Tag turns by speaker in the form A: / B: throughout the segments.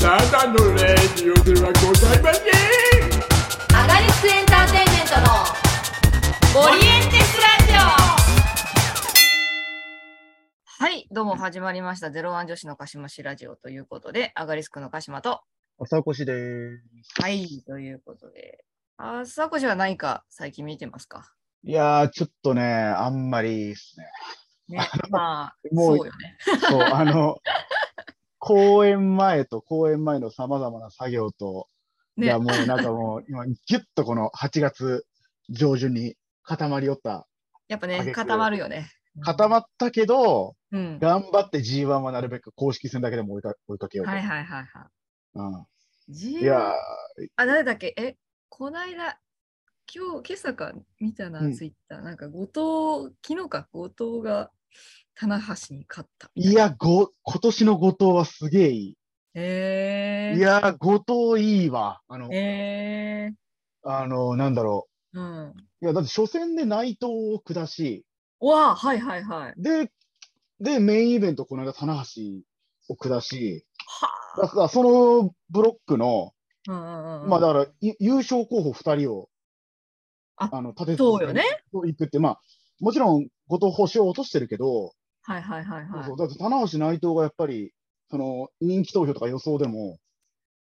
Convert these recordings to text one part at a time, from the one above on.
A: さんのレディオではございません
B: アガリスクエンターテインメントのオリエンテスラジオはい、どうも始まりました。ゼロワン女子の鹿島市ラジオということで、アガリスクの鹿島と、
C: 朝越しでーす。
B: はい、ということで、あさこしは何か最近見てますか
C: いやー、ちょっとね、あんまりですね。
B: ね、まあ、
C: もう
B: そうよね。
C: そう、あの、公演前と公演前のさまざまな作業と、い
B: ね
C: や、もうなんかもう、今、ぎゅっとこの8月上旬に固まりおった。
B: やっぱ
C: あ
B: ね、
C: げく
B: 固まるよね。
C: 固まったけど、
B: うん。は
C: 頑張って G1 はなるべく公式戦だけでも追いか追いかけ
B: い
C: ようと。
B: はいはいはい。
C: うん、
B: い
C: いやー、
B: あ、誰だっけえ、こないだ、今日、今朝か見たな、
C: うん
B: ツイッター。なんか、後藤、昨日か、後藤が棚橋に勝ったみた
C: い
B: いな。
C: や、ご、今年の後藤はすげえい
B: えー、
C: い。いやー、後藤いいわ。あの、
B: え
C: あの、なんだろ
B: ー、うん。
C: う。いや、だって初戦で内藤を下し、
B: うわあ、はいはいはい。
C: で、で、メインイベント、この間、棚橋を下し、
B: は
C: だからそのブロックの、
B: あ。うんうんうん。
C: まあだから、い優勝候補2人を、
B: あ
C: の、立て
B: そうよね。
C: いくって、まあ、もちろん、後藤星を落としてるけど、
B: はいはいはいはい。
C: そうそうだって棚橋内藤がやっぱり、その、人気投票とか予想でも、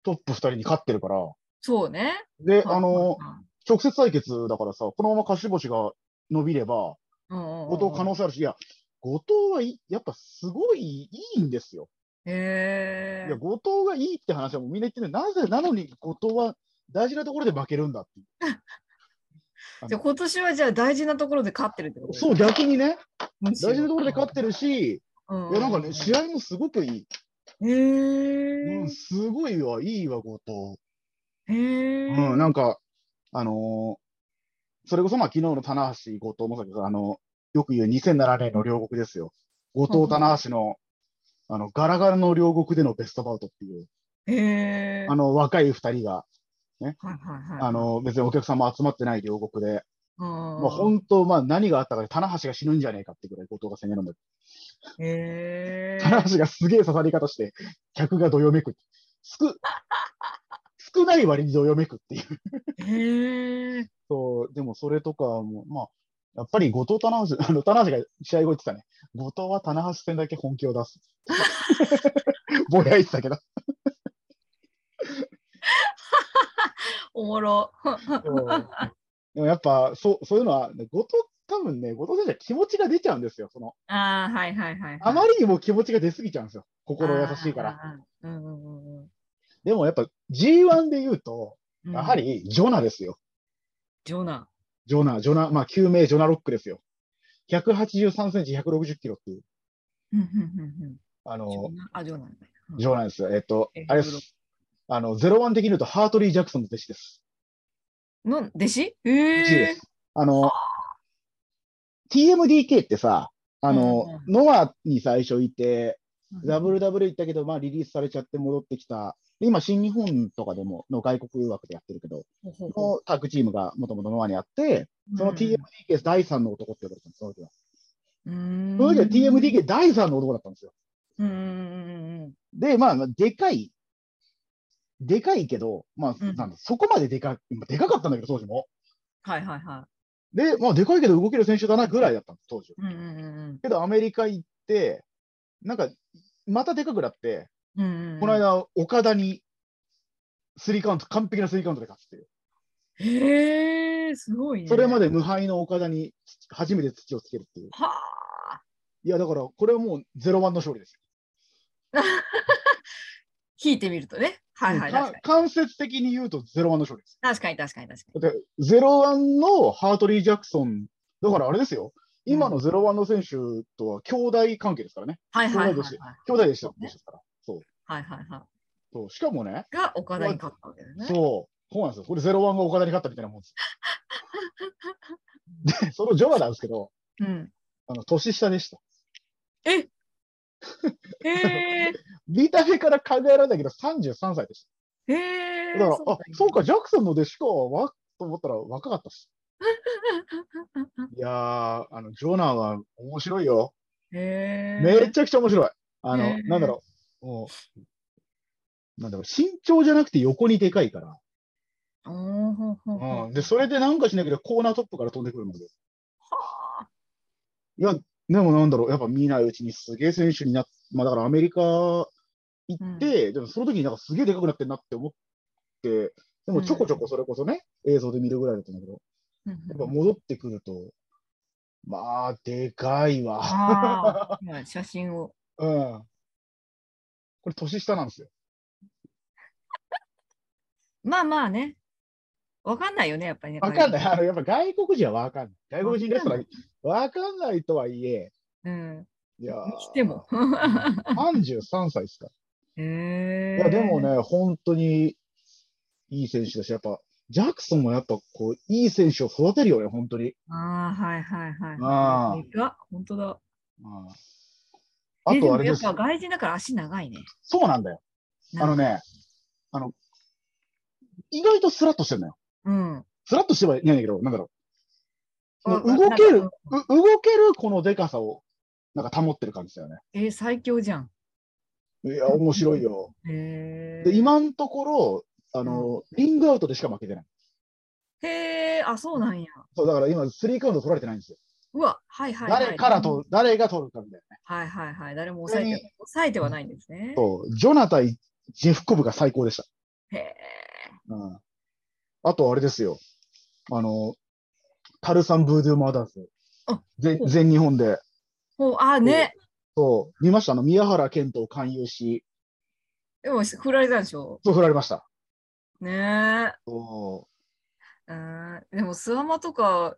C: トップ2人に勝ってるから、
B: そうね。
C: で、
B: はい
C: あの、
B: はいはい
C: 直接対決だからさ、このまま勝ち星が伸びれば、
B: うんうんうん
C: 後藤可能性あるし、いや、後藤はいやっぱすごいいいんですよ。
B: へえ
C: いや、。後藤がいいって話はもうみんな言ってるのになぜなのに後藤は大事なところで負けるんだってい
B: じゃあ今年はじゃあ大事なところで勝ってるってこ
C: う。
B: と
C: そう、逆にね、
B: 大
C: 大事なところで勝ってるし、
B: うん
C: い
B: うん
C: や、なんかね、試合もすごくいい。
B: へえ
C: うん、。すごいわ、いいわ、後藤。
B: へえ。
C: うん、なんか、あのーそれこそまあ昨日の棚橋、後藤もそうだけど、あの、よく言う2007年の両国ですよ。後藤、棚橋の、あの、ガラガラの両国でのベストバウトっていう、
B: へえ。
C: あの、若い二人が、
B: はいはいはい。
C: あの、別にお客さんも集まってない両国で、ま
B: ま
C: あ、本当、まあ、何があったかで、棚橋が死ぬんじゃねえかってぐらい、後藤が攻めるんだけ
B: へ
C: ど、
B: ー
C: 棚橋がすげえ刺さり方して、客がどよめく。少少ない割にどよめくってい
B: へ
C: う。
B: ー
C: そう、でもそれとかも、まあ、やっぱり後藤棚橋、あ の、棚橋が試合後言ってたね。後藤は棚橋戦だけ本気を出す。 ぼやいてたけど。
B: おもろ。
C: でもでもやっぱ、そう、そういうのは、ね、後藤、多分ね、後藤選手は気持ちが出ちゃうんですよ。その、
B: ああ、はいはいはいはい。
C: あまりにも気持ちが出すぎちゃうんですよ。心優しいから。
B: あー。うんうんうんうん
C: でもやっぱ G1 で言うと、
B: うん
C: やは。りジョナですよ。
B: ジョナ。
C: ジョナ、ジョナ、まあ、救命ジョナロックですよ。183センチ、160キロっていう、
B: うんうんうんうん
C: あ
B: ジ
C: の
B: ョ、ナあ、ジョナ。うん
C: ジョナですよ。えっと
B: え、
C: あれで
B: ジョナ
C: す。あの、ゼロワン的に言うと、ハートリー・ジャクソンの弟子です。
B: の弟子え
C: 弟子で
B: え
C: す。あの、TMDK ってさ、あの、ノアに最初いて、
B: ル。
C: WW 行ったけど、まあ、リリースされちゃって戻ってきた。で今、新日本とかでも、の外国枠でやってるけど、
B: ほうほうほ
C: のタッグチームがもともとノアにあって、
B: う
C: その TMDK 第3の男って呼ばれてたんです、その時は。
B: うん。
C: その時は
B: うん
C: TMDK 第3の男だったんですよ。
B: うんうんうん
C: で、まあ、まあでかい、でかいけど、まあ、
B: うん
C: なんだそこまででかまあでかかったんだけど、当時も。
B: はいはいは
C: で、まあ、でかいけど動ける選手だなぐらいだったんです、当時。
B: い。うんうんうん
C: けど、アメリカ行って、なんか、またでかくなって、
B: うんうんうん。
C: この。間、岡田に、スリーカウント、完璧なスリーカウントで勝つっていう。
B: へえ、すごいね。
C: それま。で無敗の岡田に土初めて土をつけるっていう。
B: はあ。
C: いや、だから、これはもうゼロワンの勝利ですよ。
B: 引いてみるとね。はいはい。
C: か
B: 確かに
C: 間接的に言うとゼロワンの勝利です。
B: 確かに確かに確かに。
C: だって、ゼロワンのハートリー・ジャクソン、だからあれですよ、今のゼロワンの選手とは兄弟関係ですからね、
B: はいはいはいはい。
C: 兄弟でした
B: そうね
C: ですから、そう
B: はいはいは
C: そう、しかもね、
B: い。が岡田に勝ったわけだよね。
C: そう、そうなんですよ、これ、ゼロワンが岡田に勝ったみたいなもんです。 で、そのジョバなんですけど、
B: うん。
C: あの年下でした。
B: へえ。
C: 見た目から考えられないけど、33歳でし
B: へ
C: た。
B: え。
C: だから、あそうか、ジャクソンの弟子かわと思ったら若かっ たし。いやー、あのジョナは面白いよ。
B: へえ。
C: めちゃくちゃ面白い。あの、
B: へー
C: なんだろう。もうなんだろう、身長じゃなくて横にでかいから。
B: おーほうほうほう
C: うん、で、それでなんかしなければコーナートップから飛んでくるので。いや、でもなんだろう、やっぱ見ないうちにすげえ選手になっまあだからアメリカ行って、でもその時になんかすげえでかくなってんなって思って、でもちょこちょこそれこそね、映像で見るぐらいだったんだけど、
B: うん
C: やっ
B: う
C: ぱ
B: ん
C: 戻ってくると、まあ、でかいわ。
B: あー今写真を。
C: うん。これ年下なんですよ。
B: まあまあね。わかんないよね、やっぱりね。
C: わかん
B: な
C: ない。あの、やっぱ外国人はわかんない。外国人レストラン
B: わ、
C: わかんないとはいえ、
B: い。うん。
C: いやー
B: にしても。
C: 33歳ですか。
B: へ
C: い
B: え。
C: や、でも。ね、本当にいい選手だし、やっぱ、ジャクソンもやっぱこう、いい選手を育てるよね、本当に。
B: ああ、はいはいはい。
C: あー
B: でかっ本当だ。
C: あ
B: え
C: とあ
B: もや
C: れで
B: っ
C: す
B: ぱ。外人だから足長いね。
C: そうなんだよ。あのね、あの、意外とスラッとしてるのよ。
B: うん。
C: スラッとしてはいないんだけど、なんだろう。
B: あ
C: 動け
B: な
C: る
B: んか、
C: う動けるこのでかさを、なんか保ってる感じだよね。
B: えー、最強じゃん。
C: いや、面白いよ。
B: へえ。
C: で、今のところ、あの、リングアウトでしか負けてない。
B: へえ、あ、そうなんや。
C: そう、だから今、スリーカウント取られてないんですよ。
B: うわ、はいはい、はい。
C: 誰からと、誰が取るかみたいなね。
B: はいはいはい。誰も抑えて、抑えてはないんですね。
C: そう、ジョナタイ、ジェフコブが最高でした。
B: へえ。
C: うん。あと、あれですよ。あの、タルサン・ブードゥ・マーダース
B: あ。
C: 全全日本で。
B: ほう、あーね。
C: そう、見ましたあの、宮原健人を勧誘し、
B: でも、振られたんでしょ
C: そう、振られました。
B: ねえ。
C: そう
B: ーんでも、スワマとか、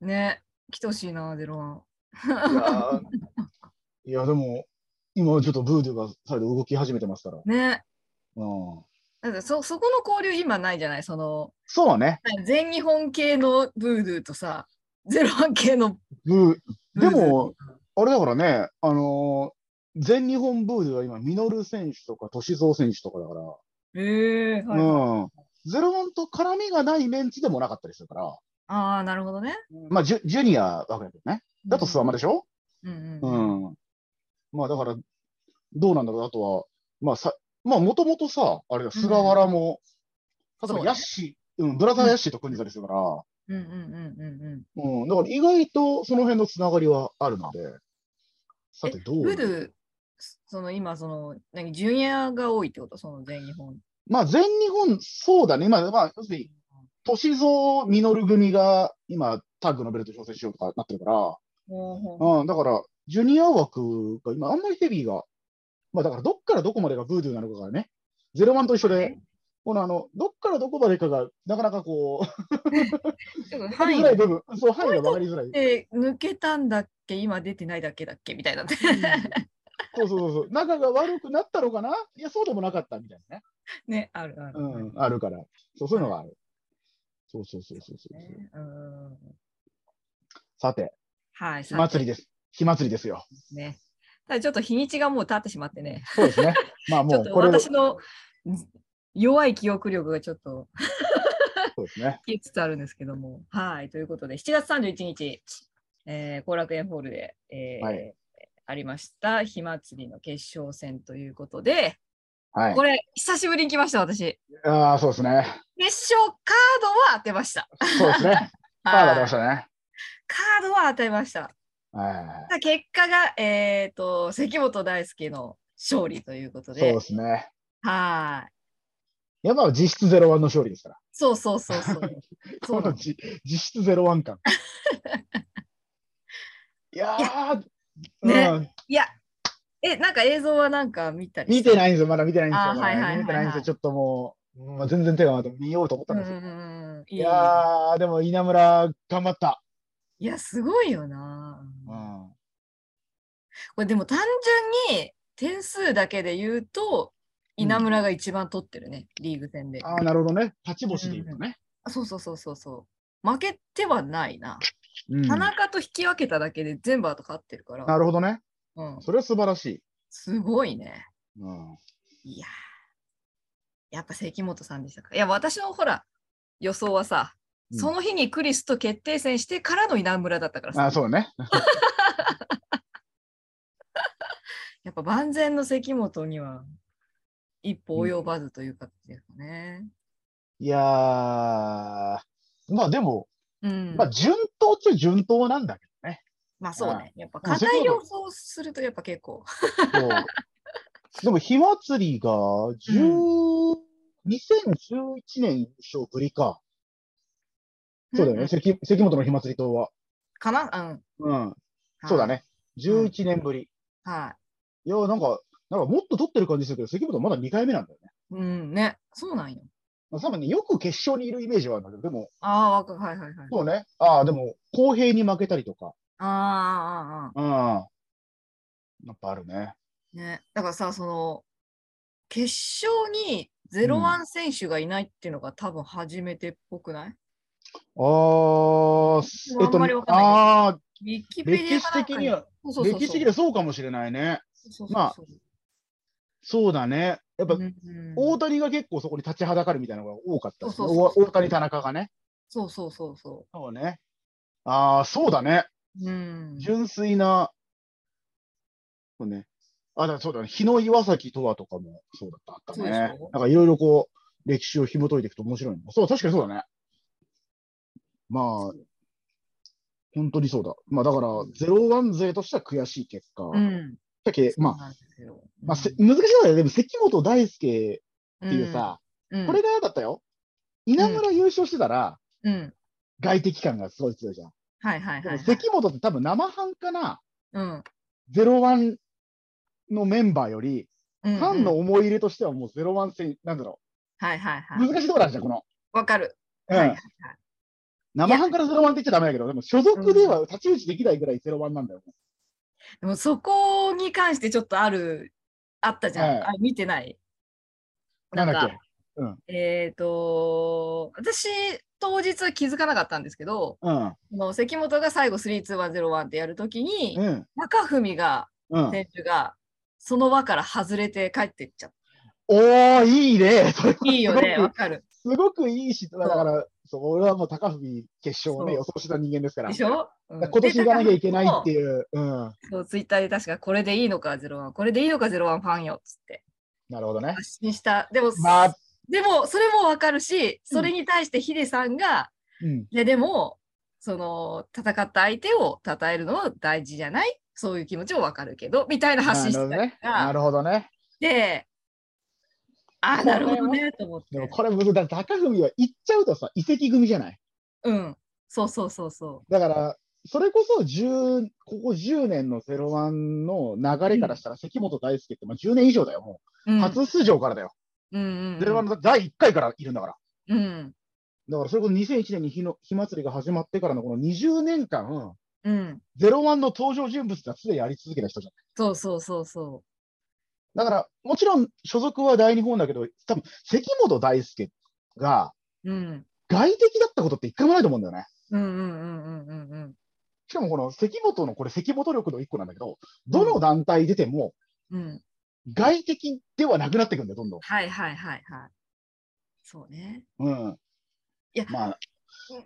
B: ね、来てほしいな、デロン。
C: う。いやーいや、でも、今ちょっとブードゥが再度動き始めてますから。
B: ね。
C: うん。
B: だってそ、そこの交流今ないじゃないその、
C: そうね。
B: 全日本系のブードゥーとさ、ゼロン系の
C: ブー
B: ブ
C: で
B: ードゥー。
C: も、あれだからね、あのー全日本ブードゥは今、ミノル選手とか、歳三選手とかだから、
B: へえ、はいはい
C: うん。ゼロワンと絡みがないメンツでもなかったりするから、
B: ああ、なるほどね。
C: まあ、ジュジュニアわけだけどね。だとスワマでしょ
B: うんう。
C: うんん。まあ、だから、どうなんだろう、あとは、まあ、さ、まあ、もともとさ、あれだ、菅原も、
B: うん
C: 例え
B: そう
C: ば
B: ね
C: ヤッシー、うん、ブラザーヤッシーと組んでたりするから、
B: うんうんうんうんうん。
C: うん、だから意外とその辺のつながりはあるので、さて、どう
B: ブルー、その今、その、何、ジュニアが多いってことその全日本。
C: まあ、全日本、そうだね、今、まあ、要するに、歳三実組が今、タッグのベルト挑戦しようとかなってるから、
B: ほうほうほう
C: うん、だから、ジュニア枠が今、あんまりヘビーが、まあ、だから、どっからどこまでがブードゥーなのかがね、ゼロワンと一緒で、このあの、どっからどこまでかが、なかなかこう、
B: ちょっと
C: 分か
B: 範
C: り
B: 囲
C: づら
B: が
C: い部分、そう、範囲が分かりづらい。
B: で抜けたんだっけ今出てないだけだっけみたいな。
C: そうそうそうそう、仲が悪くなったのかないや、そうでもなかったみたいなね。
B: ね、あるある。
C: うん、あるから、そうそういうのがある。そうそうそうそうそう。
B: ねうん
C: さて、
B: はい、
C: 火祭り
B: で
C: です。火祭りですよ。
B: すね。ただちょっと日にちがもう経ってしまってね、
C: そうですね。まあ
B: ち
C: も
B: ょっ
C: う
B: と
C: これ、そ
B: 私の弱い記憶力がちょっと
C: うですね。
B: 消えつつあるんですけども。はい、ということで、7月31日、えー後楽園ホールで、えー
C: はい
B: ありました、火祭りの決勝戦ということで、
C: はい
B: こ。れ、久しぶりに来ました、私。
C: ああ、そうですね。
B: 決勝カードは当てました。
C: そうで すね。パーが出ま
B: はい
C: したね。
B: カードは当てました。
C: は
B: さあ結果が、えー、と関本大輔の勝利ということ
C: い。そう
B: で
C: で、すね。
B: はい
C: やっぱ実質ゼロワンの勝利ですから。
B: そうそうそうそう。 そうな
C: この
B: の
C: じ実質ゼロワン感。いやー、
B: ね
C: うん
B: いや、え、なんか映像はなんか見たり
C: 見てないんですよ。まだ見てないんですよ
B: あーはいはいはいはい
C: 見てないんですよ。ちょっともう、まあ、全然手が回って見ようと思った
B: うんん
C: で
B: う
C: すよ。
B: んうん。い
C: い
B: やいや
C: やー、でも稲村頑張った。
B: いや、すごいよな。
C: うん
B: これでも単純に点数だけで言うと、
C: うん
B: 稲村が一番取ってるね、リーグ戦で。
C: ああ、なるほどね。勝ち星で言うとね。
B: そうそうそうそうそう。負けてはないな。
C: うん
B: 田
C: な
B: 中と引き分けただけで全部あと勝ってるから、
C: るほどね。
B: うん、
C: それは素晴らしい。
B: すごいね。
C: うん
B: いやー、やっぱ関本さんでしたか。いや、私のほら、予想はさ、
C: うん
B: その日にクリスと決定戦してからの稲村だったからさ、
C: あそうね。
B: やっぱ万全の関本には一歩及ばずという形ですかね。
C: いやー、まあでも、
B: うん。
C: まあ順当っちゃ順当なんだけどね。
B: まあそうね。やっぱ
C: ま
B: 課
C: あそういう
B: 題を
C: こ
B: そうするとやっぱ結構。
C: そうでも、火祭りが10、2011年優勝ぶりか。そうだよ
B: ん
C: ね。。関関本の火祭り党は。
B: かな
C: うん。
B: うん。
C: そうだ。ね。11年ぶり。
B: はい
C: や、なんか、なんかもっと取ってる感じするけど、関本まだ2回目なんだよね。
B: い。うんね。そうなんよ。
C: まあ、多分ね、よく決勝にいるイメージはあるんだけど、でも、
B: ああ、わかはいはいはい。
C: そうね。ああ、でも、公平に負けたりとか。
B: ああ、ああ、ああ。
C: うん。やっぱあるね。
B: ね。だからさ、その、決勝にゼロワン選手がいないっていうのが多分初めてっぽくない
C: あー、
B: もあんまりわかんないけど
C: ああー、
B: ウィキペディア
C: 歴史
B: かなん
C: 的
B: か
C: には、
B: そうそうそうそう
C: 歴史的にはそうかもしれないね。
B: そうそうそう
C: まあそうだね。やっぱ、
B: うんうん
C: 大谷が結構そこに立ちはだかるみたいなのが多かったですね。
B: そうそうそう
C: お大谷、田中がね。
B: そうそうそうそ
C: そうね。ああ、そうだね。
B: う。うん。
C: 純粋な、そうね。あ、だそうだね。日野岩崎とはとかもそうだった。あった
B: そうで
C: ね
B: しょ。
C: なんかいろいろこう、歴史を紐解いていくと面白いの。そう、確かにそうだね。まあ、本当にそうだ。まあだから、ゼロワン勢としては悔しい結果。
B: うん。
C: だけまあ、
B: あ、うん
C: まあ、せ難しいのはでも関本大輔っていうさ、、
B: うん
C: これ、が嫌だったよ。稲村優勝してたら、
B: うんうん。
C: 外敵感がすごい強いじゃん。
B: はいはい
C: で
B: は
C: も
B: い。
C: 関本って多分生半可な
B: うん。
C: ゼロワンのメンバーより、
B: うん
C: ファンの、思い入れとしてはもうゼロワン戦、なんだろ
B: はいはいは
C: う、
B: い。
C: 難しいところあるじゃん、この。
B: わかる。
C: う
B: はいはい
C: ん
B: は、い。
C: 生半可なゼロワンって言っちゃダメだけど、でも所属では太刀打ちできないぐらいゼロワンなんだよ。
B: でもそこに関してちょっとある、あったじゃん。
C: はい
B: あ見てない。
C: なんだっけ。
B: えっ、と、私、当日は気づかなかったんですけど、
C: うん、
B: その関本が最後3-2-1-0-1ってやるときに、
C: うん、
B: 中文が、
C: うん。
B: 選手が、その輪から外れて帰ってっちゃっ
C: おー、いいね。 それ
B: た。いいよね、
C: すご
B: わ
C: く
B: かる。
C: すごくいいし、だから、そう俺はもう高文決勝をね、
B: そう
C: 予想した人間ですから。
B: でしょ、うん
C: 今年行かなきゃいけないって
B: で
C: いう。う
B: 高
C: ん。
B: 文もそう、ツイッターで確かこれでいいのか、ゼロワン、これでいいのか、ゼロワンファンよ、つって
C: なるほどね。
B: 発信した。でも、
C: まあ、
B: でも、それもわかるし、それに対してヒデさんが、
C: うん。
B: いやでもその戦った相手を称えるのは大事じゃないそういう気持ちもわかるけどみたいな発信してたりとか
C: なるほどね。なるほどね。
B: でああなるほどねと思って
C: でもこれ難しい。だから高文は行っちゃうとさ、移籍組じゃない。
B: うんそうそうそうそ
C: だから、それこそ10、ここ10年のゼロワンの流れからしたら、関本大輔って、まあ、10年以上だよ、も
B: う、う
C: う。
B: ん、
C: 初出場からだよ。
B: うんうんうん
C: ゼロワンの第1回からいるんだから。
B: うん
C: だから、それこそ2001年に火の火祭りが始まってからのこの20年間、
B: うん
C: ゼロワンの登場人物が常にやり続けた人じゃん。
B: そうそうそうそ
C: だから、もちろん所属は大日本だけど、多分関本大輔が
B: ううん
C: 外敵だったことって一回もないと思うんだよね。
B: うんうんうんうんうんうん
C: しかもこの関本の、これ関本力の一個なんだけど、どの団体出ても
B: うん
C: 外敵ではなくなっていくんだよ、どんどん。
B: はいはいはいはいそうね
C: うん。
B: いや
C: ま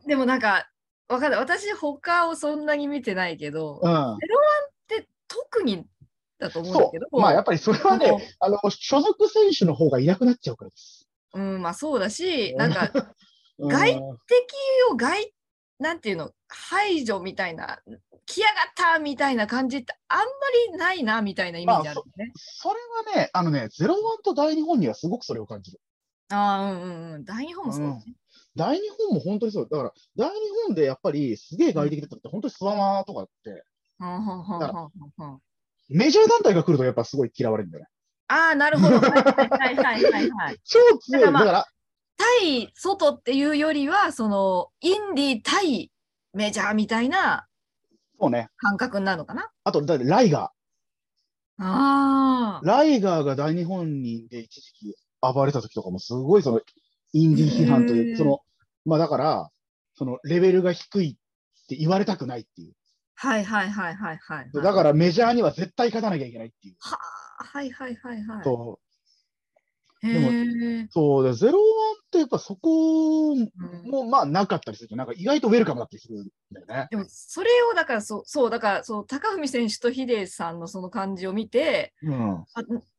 B: でもなんかわかる私他をそんなに見てないけど、
C: あ、
B: で特にだと
C: うん。
B: 思うんだ
C: そ
B: けど
C: う。まあ、やっぱりそれは
B: そう
C: ね、あの、所属選手の方がいなくなっちゃうからです。
B: うん、まあそうだし、
C: うん
B: なんか敵
C: うん
B: 外を外、なんていうの、排除みたいな、来やがったみたいな感じってあんまりないなみたいなイメージあるよね。
C: それはね、あのね、ゼロワンと大日本にはすごくそれを感じる。
B: ああー、うんうんうん。大日本もそうだね。
C: 大日本も本当にそう。だから、大日本でやっぱりすげえ外敵だったのって、本当にスワマとかって、
B: はんはんはんはんはんはん
C: メジャー団体が来るとやっぱすごい嫌われるんだよね。
B: ああ、なるほど。はいはいはいはいはいはい。
C: 超強い。
B: だから
C: だか
B: まあ
C: ら、
B: 対外っていうよりは、その、インディー対メジャーみたいな
C: そうね。
B: 感覚になるのかな。
C: あと、だってライガ
B: あ
C: ー。ライガーが大日本にで一時期暴れた時とかもすごいその、インディー批判と
B: う
C: い
B: ん
C: う、その、まあだから、その、レベルが低いって言われたくないっていう。
B: あ。はいはいはいはいはい。
C: だからメジャーには絶対勝たなきゃいけないっていう。
B: はあ、はいはいはいはい。
C: そう。
B: へ
C: でも
B: え。
C: そうで、ゼロワンってやっぱそこ
B: うん
C: もまあなかったりすると、なんか意外とウェルカムだったりするんだよね。
B: でもそれをだからそうそうだからそう高文選手とヒデさんのその感じを見て
C: うん。
B: あ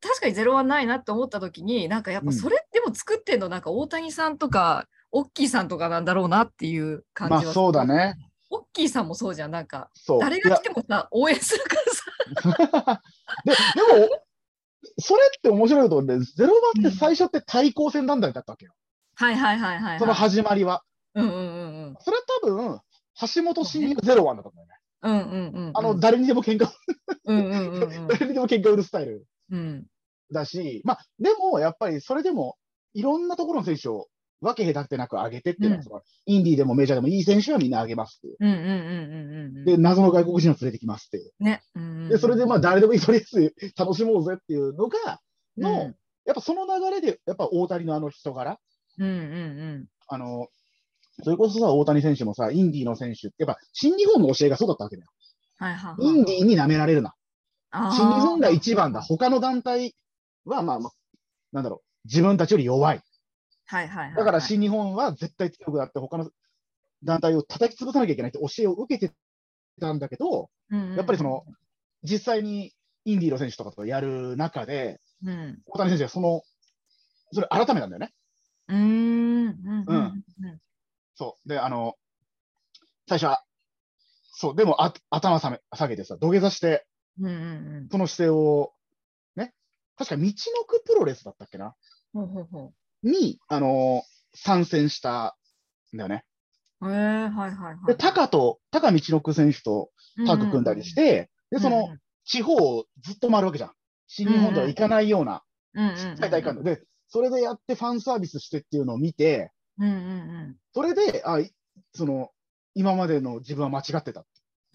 B: 確かにゼロはないなって思った時になんかやっぱそれでも作ってんのなんか大谷さんとかオッキーさんとかなんだろうなっていう感じ
C: ま
B: は
C: あそうだね。
B: オッキーさんもそうじゃんなんか
C: そう。
B: 誰
C: い
B: が
C: や
B: 来てもさ応援するからさ
C: ででも、それって面白いことで、ゼロ番って最初って対抗戦団体だったわけよ。
B: はいはいはいはいはい
C: その始まりは。
B: うんうんうん
C: それは多分、橋本真也ゼロワンだったんだよね。
B: うんうんうんうん
C: あの、誰にでも喧嘩、
B: うんうんうんうん
C: 誰にでも喧嘩売るスタイル
B: うん
C: だし、まあ、でも、やっぱりそれでも、いろんなところの選手を分け隔てなく上げてっていうのは、
B: うん
C: そのインディーでもメジャーでもいい選手はみんな上げますっていう。
B: うんうんうんうんうん
C: で、謎の外国人を連れてきますっていう。
B: ねうんうん
C: で、それでまあ、誰でもいい、とりあえず楽しもうぜっていうのが、の、
B: うん
C: やっぱその流れで、やっぱ大谷のあの人柄、
B: うんうん
C: あの、それこそさ、大谷選手もさ、インディーの選手って、やっぱ新日本の教えがそうだったわけだよ。
B: うんはいはい
C: インディーに舐められるな。
B: あー
C: 新日本が一番だ。他の団体は、まあ、まあ、なんだろう、自分たちより弱い。
B: はいはいはいはい
C: だから新日本は絶対強くなって、他の団体を叩き潰さなきゃいけないって教えを受けてたんだけど、や
B: や
C: っぱりその、実際にインディーの選手とかとやる中で、
B: うん
C: 大谷選手はその、それ改めたんだよね。
B: うーんうんうんうん
C: そう。で、あの、最初は、そう、でもあ頭下め下げてさ、土下座して、
B: うんうん
C: その姿勢を、ね、確か、道のくプロレスだったっけな
B: うんほうほうほ
C: に、あの参戦したんだよね。
B: うへえはいはいはい
C: で、タカと、タカ道のく選手とタッグ組んだりして、で、その、地方をずっと回るわけじゃん。新日本では行かないような、
B: うんうん
C: しっかり体感で、それでやってファンサービスしてっていうのを見て、
B: うんうん
C: それで、あ、いその、今までの自分は間違ってた。
B: うん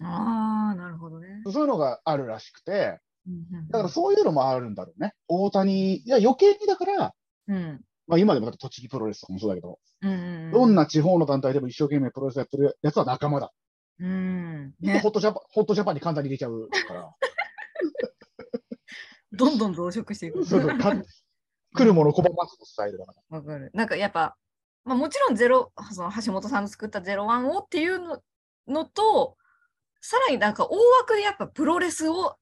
B: ああなるほどね
C: そういうのがあるらしくて、
B: うんうんうん
C: だからそういうのもあるんだろうね。大谷、いや余計にだから、
B: うん
C: まあ、今でもだって栃木プロレスとかもそうだけど、
B: うんうん
C: どん
B: な
C: な地方の団体でも一生懸命プロレスやってるやつは仲間だ。
B: うんね
C: ホットジャパン、ホットジャパンに簡単に入れちゃうから。
B: どんどん増殖していく
C: そうそうか来るもの拒まずのスタイルだから。
B: わかるなんかやっぱまあもちろんゼロその橋本さんの作ったゼロワンをっていうののとさらになんか大枠でやっぱプロレスを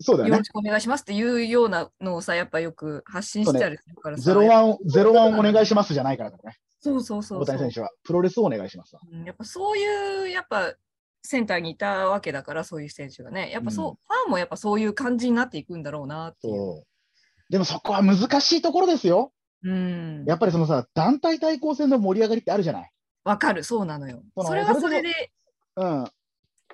C: そうだ
B: よ
C: よね
B: ろ。しくお願いしますっていうようなのをさ、やっぱよく発信してたりするからさ。
C: ゼロワン、ゼロワンお願いしますじゃないからだね。
B: そうそうそうそ
C: 大谷
B: う
C: 選。手は。プロレスをお願いします。
B: うんやっぱそういう、やっぱセンターにいたわけだから、そういう選手がね。やっぱそう、
C: うん
B: ファンもやっぱそういう感じになっていくんだろうなっていう。
C: そう。でもそこは難しいところですよ。
B: うん。
C: やっぱりそのさ、団体対抗戦の盛り上がりってあるじゃない。
B: わかる、そうなのよ。
C: その
B: それはそれで
C: うん。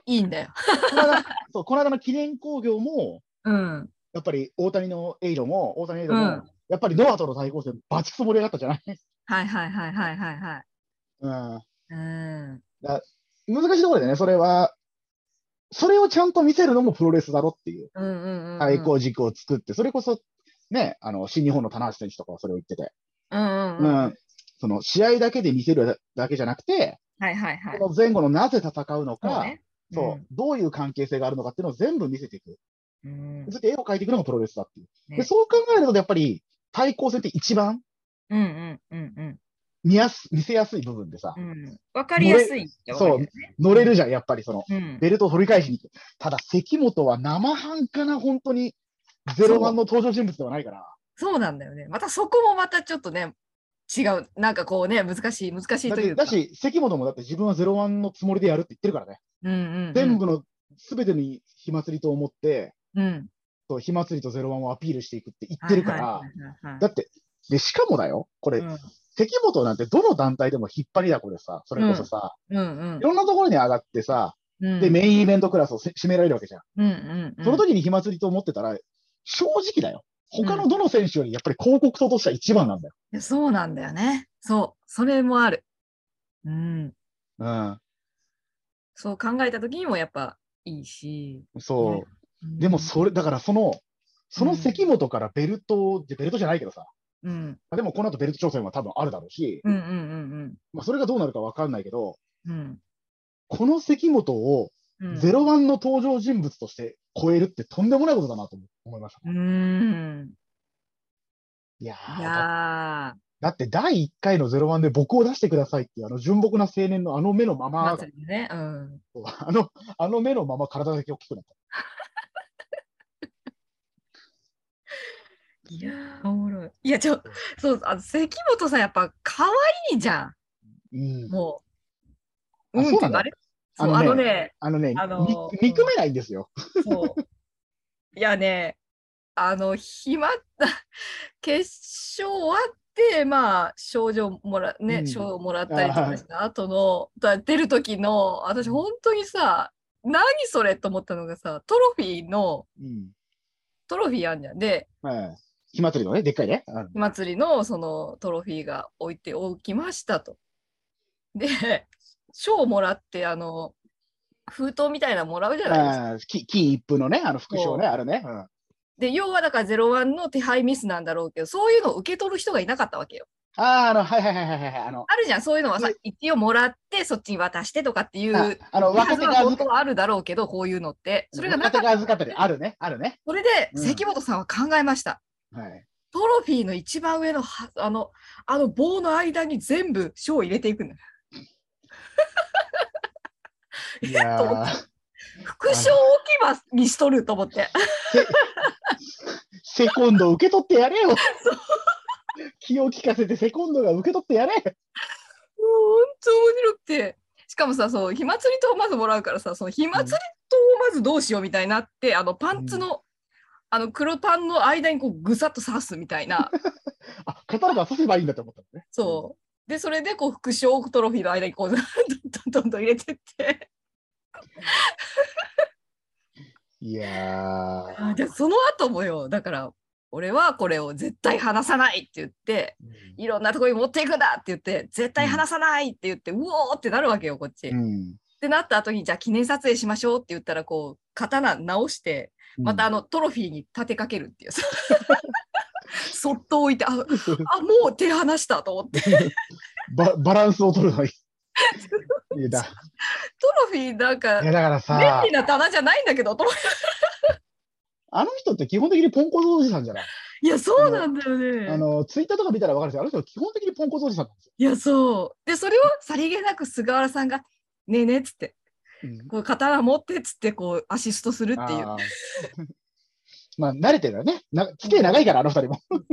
B: いいんだよ。
C: この間 そうこの間の記念興行も、
B: うん。
C: やっぱり大谷のエイドも、大谷エイド
B: う
C: も、
B: ん。
C: やっぱりノアとの対抗戦、バチクソ盛り上がったじゃない、
B: はいはいはいはいはいはい。うん。
C: うん、難しいところでね、それは、それをちゃんと見せるのもプロレスだろっていう、
B: うんうんうんうん。
C: 対抗軸を作って、それこそ、ね、あの新日本の棚橋選手とかはそれを言ってて、
B: うんうん
C: う
B: うん。
C: んその試合だけで見せるだけじゃなくて、
B: はいはいはい。
C: その前後のなぜ戦うの
B: そう
C: か、
B: ね。
C: そうどういう関係性があるのかっていうのを全部見せていく、
B: うん。
C: ずっと絵を描いていくのがプロレスだっていう。
B: ね
C: でそう考えると、やっぱり対抗戦って一番
B: うんうんうんうん。
C: 見やす見せやすい部分でさ
B: う、んわかりやすいってわかるよね。
C: 乗れるじゃん、やっぱりその、
B: うん。
C: ベルトを取り返しに行く。ただ、関本は生半可な、本当に、ゼロワンの登場人物ではないから、
B: そうなんだよね。またそこもまたちょっとね、違う、なんかこうね、難しい、難しい
C: だっ
B: とい
C: て
B: うか。
C: だし、関本もだって自分はゼロワンのつもりでやるって言ってるからね、
B: うんうんうん、
C: 全部のすべてに火祭りと思って、
B: うん、
C: そう火祭りとゼロワンをアピールしていくって言ってるから、
B: はいはいはいはい
C: だって、でしかもだよ、これ、
B: うん
C: 関本なんてどの団体でも引っ張りだこでさ、それこそさ、
B: うん
C: いろんなところに上がってさ、
B: うん。
C: で、メインイベントクラスをせ占められるわけじゃん。
B: うんうんうん、
C: その時に火祭りと思ってたら、正直だよ。他のどの選手よりやっぱり広告塔としては一番なんだよ。
B: いやそうなんだよね。そう、それもある。うん。
C: う
B: そう考えた時にもやっぱいいし。
C: ん。そ
B: うん
C: う。でもそれ、だからその、その関本からベルト、でベルトじゃないけどさ、
B: うん
C: でもこの後ベルト挑戦は多分あるだろうし、
B: うんうん
C: まあ、それがどうなるかわかんないけど、
B: うんうん。
C: この関本を
B: うん。
C: ゼロワンの登場人物として超えるってとんでもないことだなと思いました。
B: うん。
C: いやー
B: いやー、
C: だって第1回の01で僕を出してくださいっていう、あの純朴な青年のあの目のまま
B: ま、さにね、うん。
C: あの、あの目のまま体だけ大きくなった。
B: いやー、おもろい。いや、ちょ、そう、あの関本さん、やっぱ可愛いじゃ
C: うん
B: ん、。もう。う
C: あ
B: ん
C: そう
B: って
C: なんだ
B: あれそう、あ
C: あ
B: の
C: の
B: ね、
C: あのね、
B: あのー
C: に憎めないんですよ。
B: そう。いやね、あの、暇った、決勝終わって、まあ、賞状もら、
C: う
B: ね、
C: ん
B: 賞、をもらったりとかした後の、だ出る時の、私、本当にさ、何それと思ったのがさ、トロフィーの、
C: うん。
B: トロフィーあんじゃん。で、
C: はい。火祭りのね、でっかいね。あの
B: 火祭りのそのトロフィーが置いておきましたと。で、賞をもらって、あの、封筒みたいなのもらうじゃないですか。
C: あーき金一封のね、あの副賞ね、あれね。うん
B: で、要はだからゼロワンの手配ミスなんだろうけど、そういうのを受け取る人がいなかったわけよ。
C: あー、あの、はいはいはいはいはい。あの、
B: あるじゃん、そういうのはさ
C: ね、
B: 一応もらって、そっちに渡してとかっていう。
C: ああの若手が
B: は本
C: 預
B: 当
C: か
B: はあるだろうけど、こういうのって。それがなか
C: 若
B: っ
C: 手が
B: た。
C: 預かったり、あるね、あるね。
B: それで、
C: うん
B: 関本さんは考えました。
C: はい。
B: トロフィーの一番上のはあのあの棒の間に全部賞を入れていくの。
C: いや
B: と思
C: ー
B: 副賞置き場にしとると思 って。
C: セコンド受け取ってやれよ。気を利かせてセコンドが受け取ってやれ。
B: もう本当面白くて。しかもさ、そう、火祭りとまずもらうからさ、その火祭りとまずどうしようみたいになって、あのパンツの、あの黒パンの間にこうぐさっと刺すみたい な。
C: あ、刀が刺せばいいんだと思ったのね。
B: そう。で、それでこう副賞トロフィーの間にこう、どんどんどんどん入れてって。
C: いやー。
B: で、その後もよ、だから、俺はこれを絶対離さないって言って、いろんなとこに持っていくんだって言って、絶対離さないって言って、うおーってなるわけよ、こっち。
C: う
B: っ
C: ん。
B: てなった後に、じゃあ記念撮影しましょうって言ったら、こう、刀直して、またあのトロフィーに立てかけるっていう、そっと置いてああもう手離したと思って
C: ババランスを取 るのに。いやだ
B: トロフィーなんか
C: いやだからさ
B: 便利、な棚じゃないんだけどと思って
C: あの人って基本的にポンコツおじさんじゃない、
B: いやそうなんだよね
C: あのツイッターとか見たら分かるんですよ。あの人基本的にポンコツおじさんなんですよ。
B: いやそうでそれをさりげなく菅原さんが「ねえねえ」っつって「こう刀持って」っつってこうアシストするっていう
C: あーまあ慣れてるよね。な付き合い長いから、あの二人も。
B: そう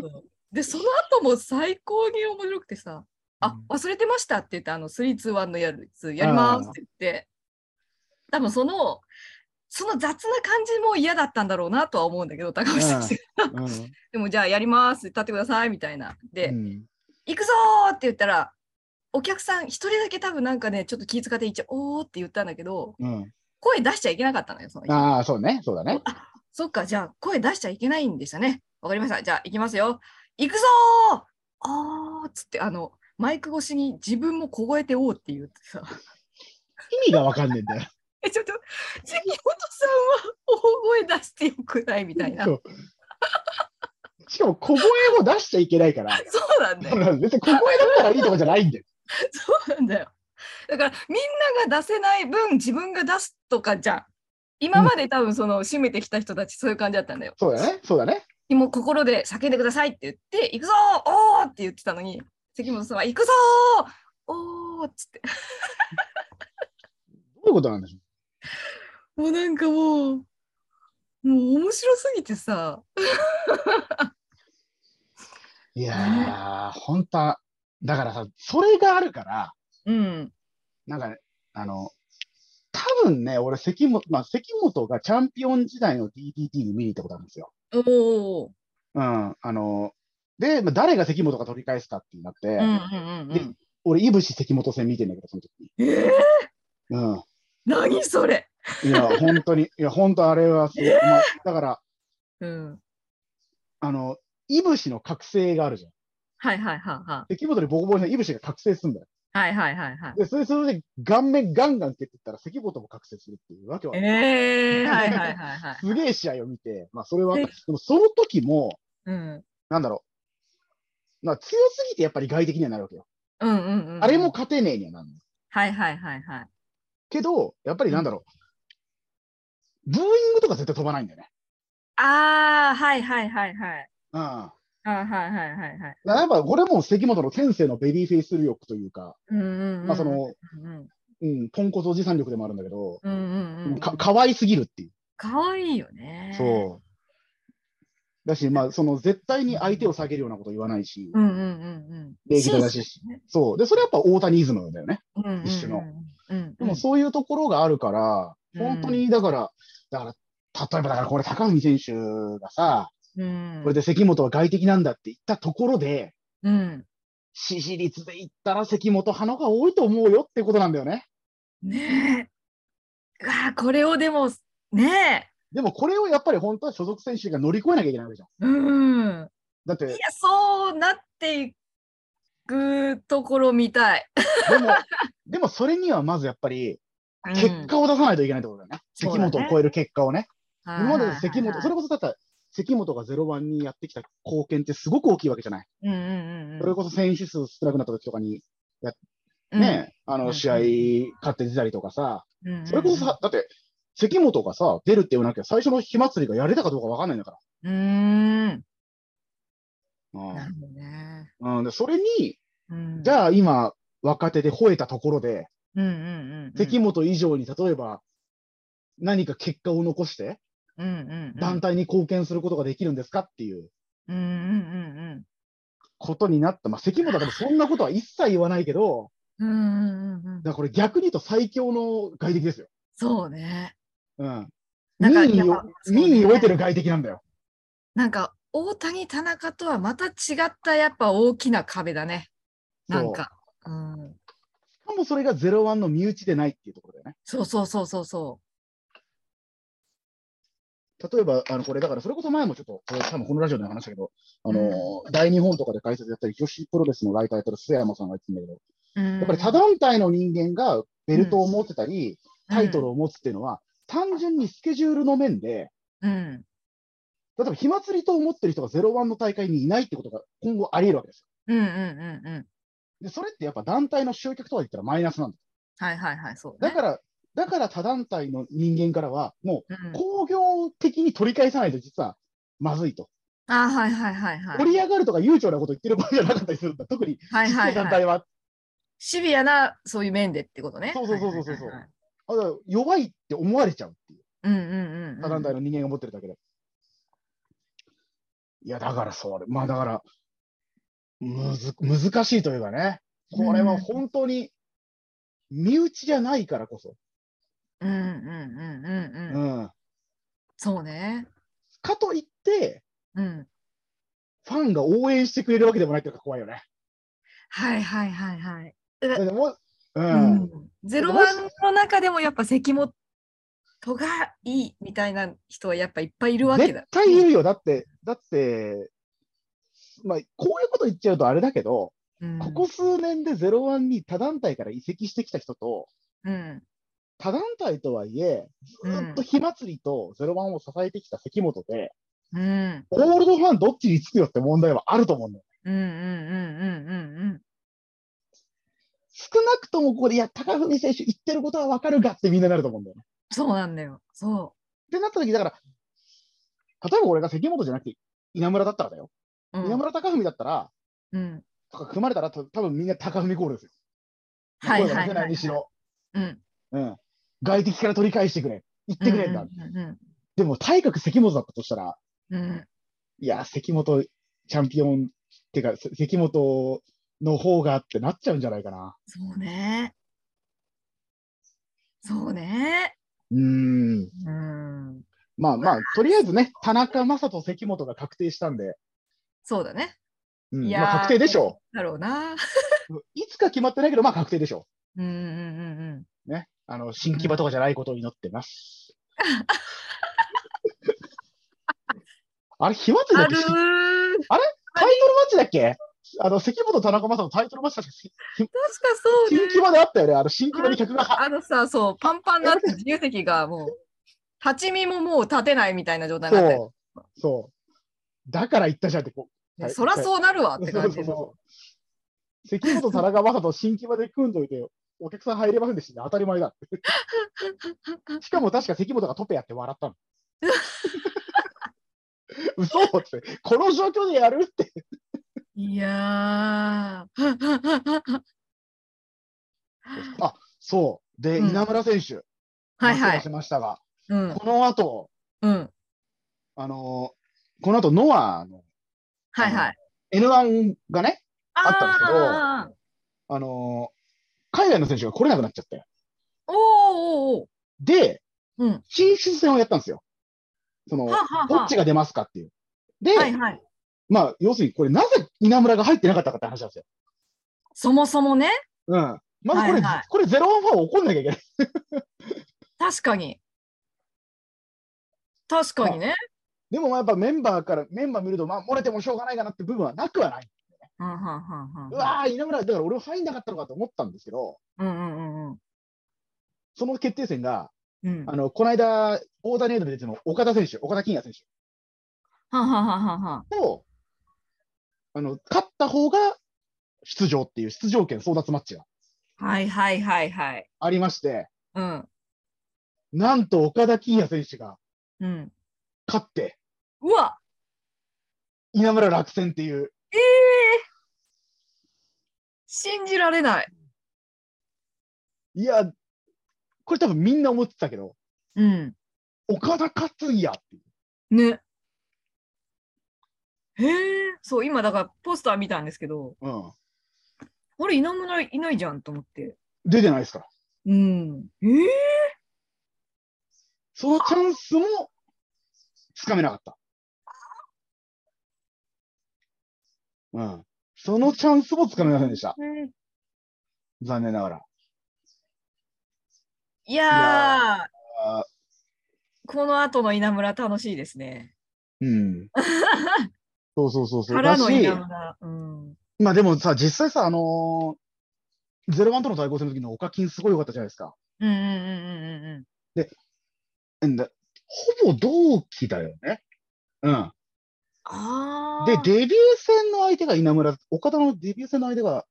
B: でその後も最高に面白くてさ「あ忘れてました」って言って「あの321のやつやります」って言って多分そのその雑な感じも嫌だったんだろうなとは思うんだけど高橋先生が
C: うん
B: でもじゃあやります立ってくださいみたいなで、
C: うん
B: 行くぞーって言ったらお客さん一人だけ多分なんかねちょっと気遣って一応おーって言ったんだけど
C: うん
B: 声出しちゃいけなかったのよその人
C: ああ、そうね、そうだね。
B: そっか、じゃあ声出しちゃいけないんでしたね。わかりました。じゃあ行きますよ。行くぞーあーっつって、あの、マイク越しに自分も凍えておうって言ってさ。
C: 意味がわかんねえんだよ。
B: え、ちょっと、関本さんは大声出してよくないみたいな。そ
C: そううしかも小声も出しちゃいけないから、
B: なんだよ。
C: 別に小声だったらいいとかじゃないんだよ。
B: そうなんだよ。だから、みんなが出せない分、自分が出すとかじゃん。今まで多分その、締めてきた人たち、そういう感じだったんだよ。
C: そうだね、そうだね。
B: もう心で叫んでくださいって言って、行くぞーおーって言ってたのに、関本さんは、行くぞーおーっつって。
C: どういうことなんでしょ
B: もうなんかもう、もう面白すぎてさ、
C: う。いやー、本当はだからさ、それがあるから、
B: うん、
C: なんかね、あの、多分ね、俺、関本、まあ、関本がチャンピオン時代の DDT に見に行ったことあるんですよ。
B: おお、
C: うん。あの、で、まあ、誰が関本が取り返すかってなって、
B: うんうんうんう
C: で
B: ん。
C: 俺、いぶし関本戦見てんだけど、その時に。
B: えー、
C: うん。
B: 何それ、
C: いや、本当に、いや、本当あれはすごい、まあ、だから、
B: うん、
C: あの、いぶしの覚醒があるじゃん。
B: はいはいはいは
C: 関本にボコボコにしたいぶしが覚醒するんだよ。
B: い。はいはいはいは
C: で、それ、それで顔面ガンガン蹴ってったら関本も覚醒するっていうわけは、
B: い。えー、はいはいはいはい。
C: すげえ試合を見て、まあ、それは、
B: え
C: でもその時も、
B: うん、
C: なんだろう、まあ、強すぎてやっぱり外的にはなるわけよ。
B: うんうんうん。
C: あれも。勝てねえにはなるの。
B: はいはいはいはい。
C: けど、やっぱりなんだろう、ブーイングとか絶対飛ばないんだよね。
B: あー、はいはいはいはい。
C: うん。
B: あはいはいはいはい。
C: だからやっぱこれも関本の天性のベビーフェイス力というか、
B: うんうんうん
C: まあそ、の、
B: うん
C: うん、ポンコツおじさん力でもあるんだけど、
B: うんうんうん、
C: か可愛すぎるっていう。
B: 可愛いよね。
C: そう。だし、まあ、その絶対に相手を下げるようなこと言わないし、
B: うんうんうんうん。
C: 礼儀正しいし、そう。で、それやっぱ大谷イズムだよね。
B: うんうんうん、
C: 一種の
B: うんうん。
C: でもそういうところがあるから、
B: うん
C: 本当にだから、だから、例えばだからこれ、高文選手がさ、
B: うん、
C: これで関本は外敵なんだって言ったところで、
B: うん。
C: 支持率で言ったら関本派の方が多いと思うよってことなんだよね。
B: ねえ。うわこれをでも、ね
C: でもこれをやっぱり本当は所属選手が乗り越えなきゃいけないわけじゃん。
B: え。うん。
C: だって
B: い、や、そうなっていくところみたい。
C: でも、でもそれにはまずやっぱり、
B: うん
C: 結果を出さないといけないってことだよね。
B: そう
C: 関
B: だね
C: 本を超える結果をね。
B: はい
C: 今までの関
B: はい
C: 本、
B: はい
C: それこそだったら、関本が0番にやってきた貢献ってすごく大きいわけじゃない。
B: うんうんうん
C: それこそ選手数少なくなった時とかに、
B: うん、
C: ね、あ
B: う
C: の、
B: ん
C: 試合勝って出たりとかさ、
B: うんうんうん、
C: それこそさ、だって、関本がさ、出るって言わなきゃ最初の火祭りがやれたかどうかわかんないんだか
B: うーん。な
C: ら
B: るほどね。。
C: うん。うん、でそれに、
B: うん、
C: じゃあ今、若手で吠えたところで、
B: うんうんうんうん、
C: 関本以上に例えば、何か結果を残して、
B: うんうんうん、
C: 団体に貢献することができるんですかっていう
B: うんうんうん
C: ことになった。まあ、関本だからそんなことは一切言わないけど、
B: うん。うんうんうんうん。
C: だからこれ逆に言うと最強の外敵ですよ。
B: そうね。
C: うん。
B: なんか
C: 民意
B: やっ
C: を
B: ぱ、そうね
C: 民意を得てる外敵なんだよ。
B: なんか大谷田中とはまた違ったやっぱ大きな壁だね。なんか。うん。
C: しかもそれがゼロワンの身内でないっていうところだよね。
B: そうそうそうそうそ
C: 例えば、あの、これだから、それこそ前もちょっと、これ多分このラジオで話したけど、あのー、大日本とかで解説やったり、女子プロレスのライターやったら須山さんが言ってんだけど、
B: う。うん、
C: やっぱり他団体の人間がベルトを持ってたり、タイトルを持つっていうのは、単純にスケジュールの面で、
B: うん。
C: 例えば、火祭りと思ってる人が01の大会にいないってことが今後あり得るわけです
B: うんうんうんうん。
C: よ。で、それってやっぱ団体の集客とかで言ったらマイナスなんだよ。
B: はいはいはい、そう、
C: だ
B: ね。
C: から、だから他団体の人間からは、も
B: ら、う、
C: うん工業的に取り返さないと実はまずいと。
B: あーはいはいはいはい。
C: 盛り上がるとか悠長なこと言ってる場合じゃなかったりするんだ。特に、
B: はいはい
C: 団
B: はい。
C: 体は。
B: シビアなそういう面でってことね。
C: そうそうそうそうそ
B: は
C: う
B: いはいはい
C: あだから弱いって思われちゃうっていう。
B: うんうんうん。
C: 他団体の人間が持ってるだけで。いや、だからそれ、まあだから、むず難しいというかね、これは本当に身内じゃないからこそ、
B: うんうんうんう
C: うん
B: うん。
C: ん、
B: そうね。
C: かといって、
B: うん。
C: ファンが応援してくれるわけでもないというか怖いよね。
B: はいはいはいはい。
C: でもう
B: うんん。ゼロワンの中でもやっぱ関本がいいみたいな人はやっぱいっぱいいるわけ
C: 絶
B: だ。
C: 対いるよ、だって、だって、まあ、こういうこと言っちゃうとあれだけど、
B: うん
C: ここ数年でゼロワンに他団体から移籍してきた人と、
B: うん。
C: 他団体とはいえ、ずっと火祭りとゼロワンを支えてきた関本で、
B: うん。うん
C: オールドファンどっちにつくよって問題はあると思うんだよ。
B: うんうんうんうん
C: 少なくともここで、いや、高文選手言ってることはわかるがってみんななると思うんだよね。
B: そうなんだよ。そ
C: ってなった時だから、例えば俺が関本じゃなくて稲村だったらだよ。
B: う。うん
C: 稲村高文だったら、
B: うん。
C: とか組まれたら、と多分みんな高文コールですよ。
B: はいはい
C: 声が
B: は
C: 出
B: い
C: せな
B: はいい
C: に。しろ。
B: うん。
C: うん。外敵から取り返してくれ。言ってくれんだ。
B: うんうん
C: でも、体格関本だったとしたら、
B: うんうん。
C: いや、関本チャンピオンってか、せ関本の方がってなっちゃうんじゃないかな。
B: そうね。そうね。
C: うーん。
B: うん。
C: まあまあ、とりあえずね、田中将人、関本が確定したんで、
B: そうだね。
C: うん
B: いやー
C: まあ、確定でしょ
B: だろうな。
C: う。いつか決まってないけど、まあ確定でしょ
B: うんうんうんうん。
C: う。ね。あの、新木場とかじゃないことを祈ってます。あれ、火祭りだ
B: あ
C: っけ
B: る
C: タイトルマ
B: ー。
C: ッチだっけあの、関本、田中将人、タイトルマッチだっけひ
B: 確かそうね
C: 新。木場であったよね。あの、新木場に客がは
B: あのさ、そう、パンパンになって自由席がもう、立ち見ももう立てないみたいな状態になって、
C: そう。そう。だから言ったじゃんって、こう
B: いやそらそうなるわって感じ
C: そう
B: の。
C: そうそう関本、田中正人、新規場で組んどいて、お客さん入れませんでしたね、当たり前だって。しかも確か関本がトペやって笑ったの。 嘘って、この状況でやるって。
B: いやー。
C: あそう。で、
B: うん
C: 稲村選手、
B: はいは
C: 出
B: い
C: し。ましたが、
B: うん。
C: この後、
B: うん。
C: あのーこの後、ノアの
B: はいはい。
C: N1 がね、あったんですけど
B: あー
C: あのー海外の選手が来れなくなっちゃって。
B: おーおーおー
C: で、
B: うん。
C: 進出戦をやったんですよ。その、
B: はあはあ
C: ど
B: は
C: っちが出ますかっていう。で、
B: あはいはい。
C: まあ、要するにこれ、なぜ稲村が入ってなかったかって話なんですよ。
B: そもそもね、
C: うん。まずこれ、
B: はいはい
C: これゼロワンファンを怒んなきゃいけない。
B: 確かに。確かにね。
C: でもまあやっぱメンバーから、メンバー見ると、まあ漏れてもしょうがないかなって部分はなくはない。
B: うんうんうん
C: う
B: うん
C: わー、稲村、だから俺は入んなかったのかと思ったんですけど、
B: うんうんうん
C: その決定戦が、
B: うん。
C: あの、この間、オーダーネードで出てるの岡田選手、岡田金也選
B: はんはんはんはんはん
C: 手と、あの、勝った方が出場っていう出場権争奪マッチが
B: はいはいはいはい。
C: ありまして、
B: うん。
C: なんと岡田金也選手が
B: うん。
C: 勝って、
B: うわ
C: 稲村落選っていう、
B: ええ信じられない。
C: いや、これ多分みんな思ってたけど、
B: うん。
C: 岡田勝つんやっていう。
B: ね。へえ。そう、今だからポスター見たんですけど、
C: うん。
B: あれ、稲村いないじゃんと思って。
C: 出てないですから。
B: うん。ええ
C: そのチャンスもつかめなかった。うん。そのチャンスもつかめませんでした。残念ながら。
B: いやー、
C: あ
B: この後の稲村楽しいですね。
C: うん。そうそうそうそう。
B: から
C: だ
B: の稲
C: し、
B: 村。うん。
C: まあでもさ、実際さ、あのーゼロワンとの対抗戦の時の岡金すごい良かったじゃないですか。
B: うんうんうんうんうん。
C: うんでほぼ同期だよね。うん。
B: ああ。
C: で、デビュー戦の相手が稲村、岡田のデビュー戦の相手が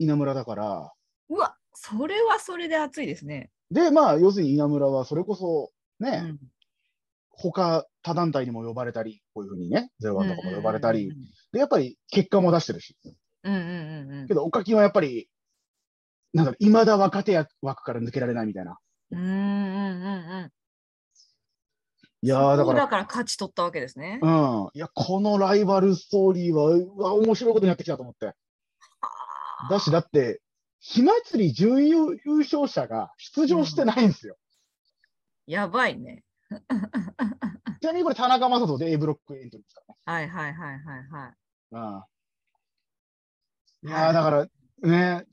C: 稲村だから、
B: うわ、それはそれで熱いですね。
C: で、まあ、要するに稲村はそれこそ、
B: う
C: ね、。他他団体にも呼ばれたり、こういうふうにね、ゼロワンとかも呼ばれたり、で、やっぱり結果も出してるし、
B: うんうんうんうん。
C: けど、おかきはやっぱり、なんか、いまだ若手枠から抜けられないみたいな。
B: うんうんうんうん。
C: いやー、だ
B: そ
C: か
B: うだ
C: ら、
B: から勝ち取ったわけですね。
C: うん。いや、このライバルストーリーは、うわ、面白いことになってきたと思って。だし、だって、火祭り準優優勝者が出場してないんですよ。
B: やばいね。
C: ちなみにこれ、田中将人で A ブロックエントリーですからね。
B: はいはいはいはいはい。
C: ああ。い
B: はい
C: やーだから、ね。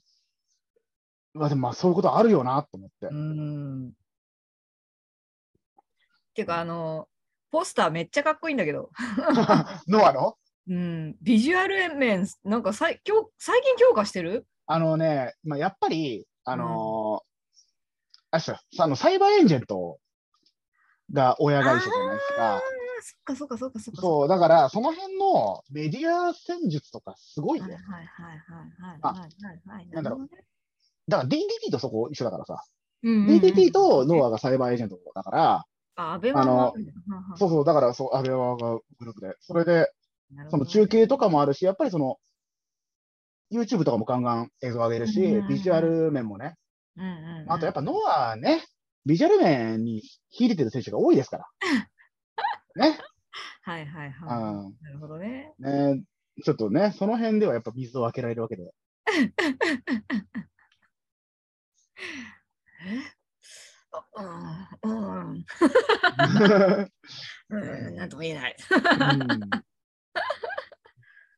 C: まあでもまあそういうことあるよなと思って
B: う。ん。てかあのポスターめっちゃかっこいいんだけど、
C: ノアの
B: うん、ビジュアル面なんかさい強最近強化してる
C: あのね、まあやっぱり、あのーあれっすよさあの、サイバーエンジェントが親会社じゃないです
B: あー
C: か。
B: そっかそっかそっかそっか
C: そう、だからその辺のメディア戦術とかすごい
B: はい
C: ね
B: はい。はいはい
C: あ
B: はいはいはい
C: なんだろう
B: るほどね
C: だから DDT とそこ一緒だからさ。
B: うんうんうん
C: DDT とノアがサイバーエージェントだから、
B: あアベマもあるんだはんはん
C: そうそう、だからそう、アベワがグループで。それで、
B: なるほど
C: その中継とかもあるし、やっぱりその、YouTube とかもガンガン映像上げる
B: う
C: し、
B: んうんうん
C: ビジュアル面もね。
B: うんうんうん
C: あとやっぱノアはね、ビジュアル面に秀でてる選手が多いですから。ね。
B: はいはい
C: うん
B: は。いなるほどね
C: ねちょっとね、その辺ではやっぱ水を開けられるわけで。
B: えあうんうんうんなんとも言えない。
C: うん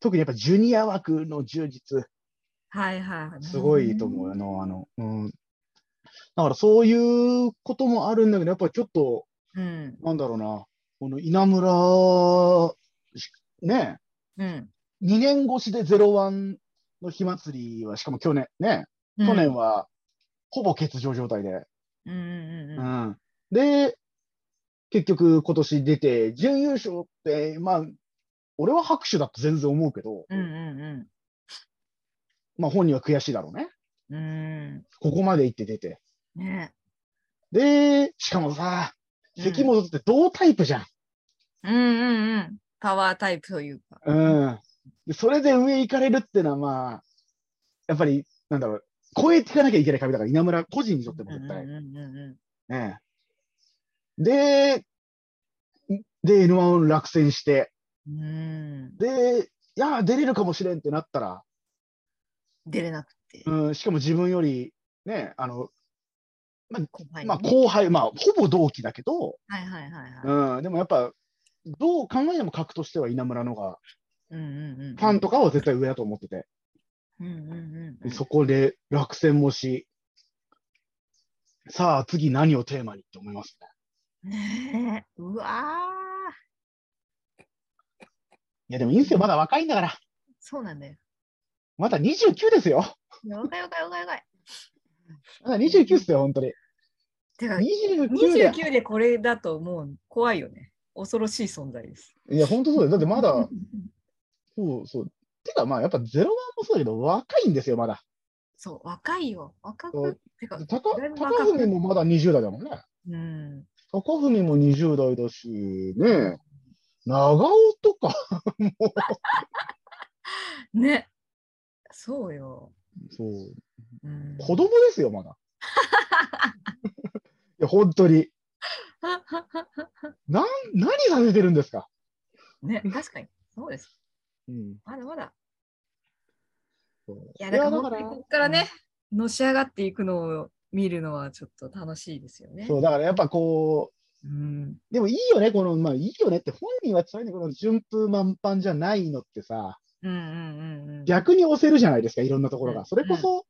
C: 特にやっぱジュニア枠の充実、
B: はいはい。
C: すごいと思うよノアの。うん。だからそういうこともあるんだけど、やっぱりちょっと、
B: うん。
C: なんだろうな、この稲村し、ね、
B: うん。
C: 2年越しでゼロワンの火祭りは、しかも去年、ね、
B: うん
C: 去年。はほぼ欠場状態で、
B: うんうん
C: う
B: うん
C: んで、結局今年出て、準優勝って、まあ、俺は拍手だと全然思うけど、
B: うん。うんうん
C: まあ本人は悔しいだろうね。
B: うん。うん。
C: ここまで行って出て。
B: ね
C: で、しかもさ、
B: うん
C: 関本って同タイプじゃん。
B: うんうんうん。パワータイプというか。
C: うん。でそれで上行かれるってのは、まあ、やっぱり、なんだろう、超えていかなきゃいけない壁だから、稲村個人にとっても絶対。
B: うんうんうんうん
C: ねで、で、N1 を落選して、
B: うん。
C: で、いや、出れるかもしれんってなったら、
B: 出れなくて。
C: うん、しかも自分より、ね、あの、
B: 後輩
C: まあ
B: にね
C: 後輩、まあ、ほぼ同期だけど、
B: はいはいはいはい。
C: うん、でもやっぱ、どう考えても格としては稲村のが、
B: うんうんうん。
C: ファンとかは絶対上だと思ってて、
B: うんうんうんうん。
C: そこで落選もし、さあ次何をテーマにって思いますね。
B: ねえ。うわ
C: いやでもいいんですよ、まだ若いんだから。
B: ー。そうなんだよ。
C: まだ29ですよ。
B: やばいやばいやばいやばい。
C: まだ29っすよ、本当に。
B: てか、
C: 29で。
B: 29でこれだと思う。怖いよね。恐ろしい存在です。
C: いや、本当そうです。だってまだ、そうそう。てかまあやっぱゼロワンもそうだけど、若いんですよ、まだ。
B: そう、若いよ。若
C: そ
B: く
C: う。
B: てか、
C: 高
B: だいぶ
C: 高
B: 若
C: 文
B: く。
C: もまだ20代だもんね。
B: うん。
C: 高文も20代だし、ね長尾とか、
B: ね。そうよ。
C: そう、
B: うん、
C: 子供ですよ、まだ。いや、本当に。なん、何させてるんですか。
B: ね、確かに。そうです。
C: うん。
B: まだまだ。
C: そう
B: いや、だから、
C: い
B: 本当にここからね、のし上がっていくのを見るのはちょっと楽しいですよね。
C: そう、だからやっぱこ
B: うん。
C: う、でもいいよね、この、まあいいよねって、本人はつらいね、この順風満帆じゃないのってさ、
B: うんうんうんうん。
C: 逆に押せるじゃないですか、いろんなところ
B: う
C: が。
B: ん
C: それこそ、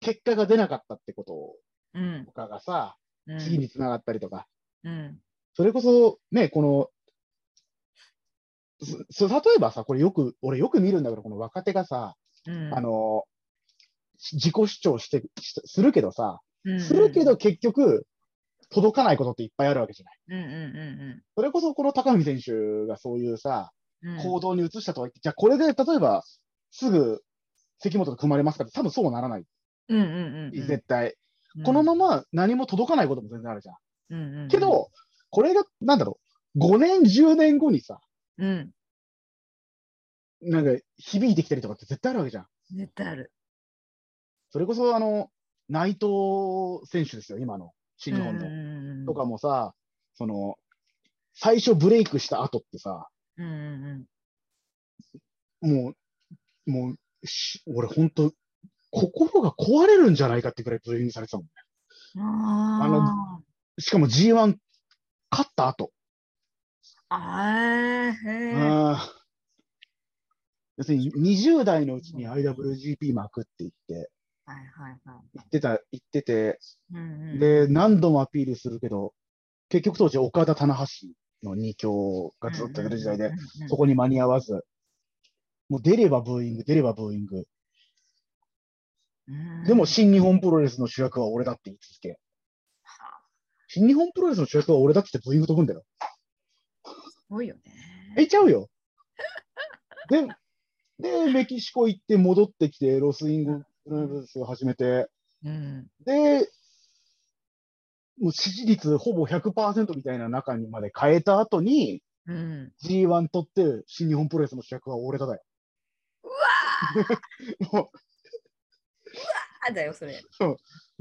C: 結果が出なかったってこと
B: うん
C: とかがさ、
B: うん、
C: 次につながったりとか、
B: うん。
C: それこそ、ね、この、そそ例えばさ、これよく、俺よく見るんだけど、この若手がさ、
B: うん。
C: あの、し自己主張して、しするけどさ、
B: うん、
C: するけど結局、届かないことっていっぱいあるわけじゃない。
B: うんうんう
C: それこそこの高見選手がそういうさ、
B: んうん。
C: 行動に移したとは言って、じゃあこれで例えば、すぐ関本と組まれますかって、多分そうならない。
B: うんうんうんうん。
C: 絶対。このまま何も届かないことも全然あるじゃん。
B: うんうんうん、
C: けど、これが、なんだろう、5年、10年後にさ、
B: うん、
C: なんか響いてきたりとかって絶対あるわけじゃん。
B: 絶対ある。
C: それこそ、あの、内藤選手ですよ、今の、新日本
B: うんう
C: の。
B: んうんうん
C: とかもさ、その、最初ブレイクした後ってさ、
B: うんうんうん
C: もう、もう、し俺ほんと、心が壊れるんじゃないかってくらいブレインされてたもんね。
B: あの、
C: しかも G1 勝った後。
B: あーへー
C: ああ。要するに20代のうちに IWGP 巻くって言って、
B: はいはいはい
C: 言ってた、言ってて、
B: うんうん。
C: で、何度もアピールするけど、結局当時岡田、棚橋の2強がずっとやる時代
B: う
C: で
B: ん、うんうん
C: そこに間に合わず、もう出ればブーイング、出ればブーイング。
B: うん
C: でも新日本プロレスの主役は俺だって言い続け。新日本プロレスの主役は俺だって言ってブーイング飛ぶんだよ。
B: すごいよね。
C: えいちゃう よ。で、で、メキシコ行って戻ってきて、ロスイングプロレスを始めて、
B: うん
C: で、もう支持率ほぼ100%みたいな中にまで変えた後に、
B: うん。
C: G1 取って新日本プロレスの主役は俺だだよ。うわ も
B: あだよそれ。
C: う、も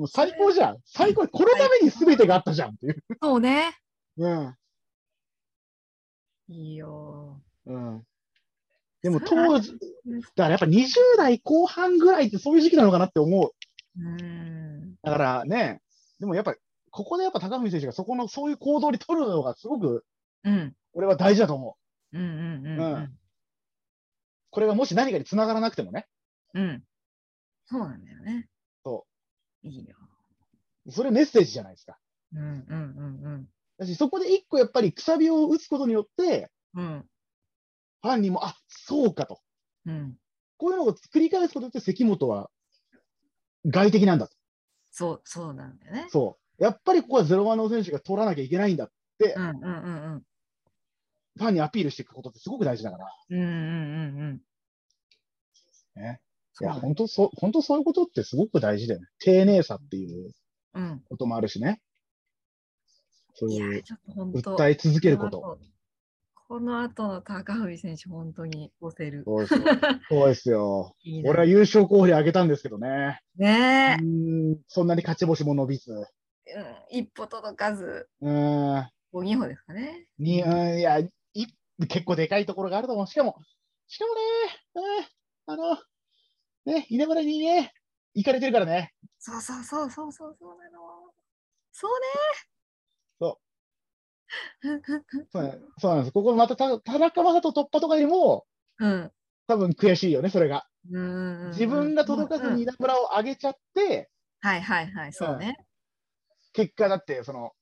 C: う最高じゃん。最高。このために全てがあったじゃんっていう。
B: そうね。
C: うん。
B: いいよ。
C: うん。でも
B: それは
C: 当時、だからやっぱ20代後半ぐらいってそういう時期なのかなって思う。
B: うん。
C: だからね、でもやっぱり、ここでやっぱ高文選手がそこの、そういう行動に取るのがすごく、
B: うん
C: 俺は大事だと思う。
B: うんうんうん
C: うんこれがもし何かに繋がらなくてもね。
B: うん。うん。そうなんだよね。。
C: そう
B: いいよ。
C: それメッセージじゃないですか。
B: うんうんうん
C: だし、そこで一個やっぱりくさびを打つことによって、
B: うん。うん
C: ファンにも、あそうかと。
B: うん。
C: こういうのを繰り返すことによって、関本は外的なんだと。
B: そうそうなんだよね。
C: そう。やっぱりここはゼロワンの選手が取らなきゃいけないんだ。
B: うんうんうんうん。
C: ファンにアピールしていくことってすごく大事だから。
B: うんうんうんうん。
C: ねい
B: そう
C: や、
B: なんだ。
C: 本当そう、本当そういうことってすごく大事だよね。丁寧さっていう
B: うん。
C: こともあるしね。そう
B: い
C: いう
B: や、ちょっと本当。
C: 訴え続けること。
B: この後の高文選手、本当に押せる。
C: そう ですよ。そうですよ。
B: いいな
C: 俺は優勝候補に挙げたんですけどね。
B: ねえ
C: う、ん、そんなに勝ち星も伸びず。
B: うん一歩届かず、
C: うん、
B: 5、2歩ですかね。
C: にうんいやい、結構でかいところがあると思う。しかも、しかもね、うん、あの、ね、稲村にね、行かれてるからね。
B: そうそうそうそうそうそうなの。そうね。
C: そうねそうなんです。ここまたた田中正人突破とかでも、
B: う。うん。
C: 多分悔しいよね、それが。
B: うんうんうん。
C: 自分が届かず
B: うん
C: に
B: うん
C: 稲村を上げちゃって、
B: はいはいはい、そうね。
C: 結果だって、その、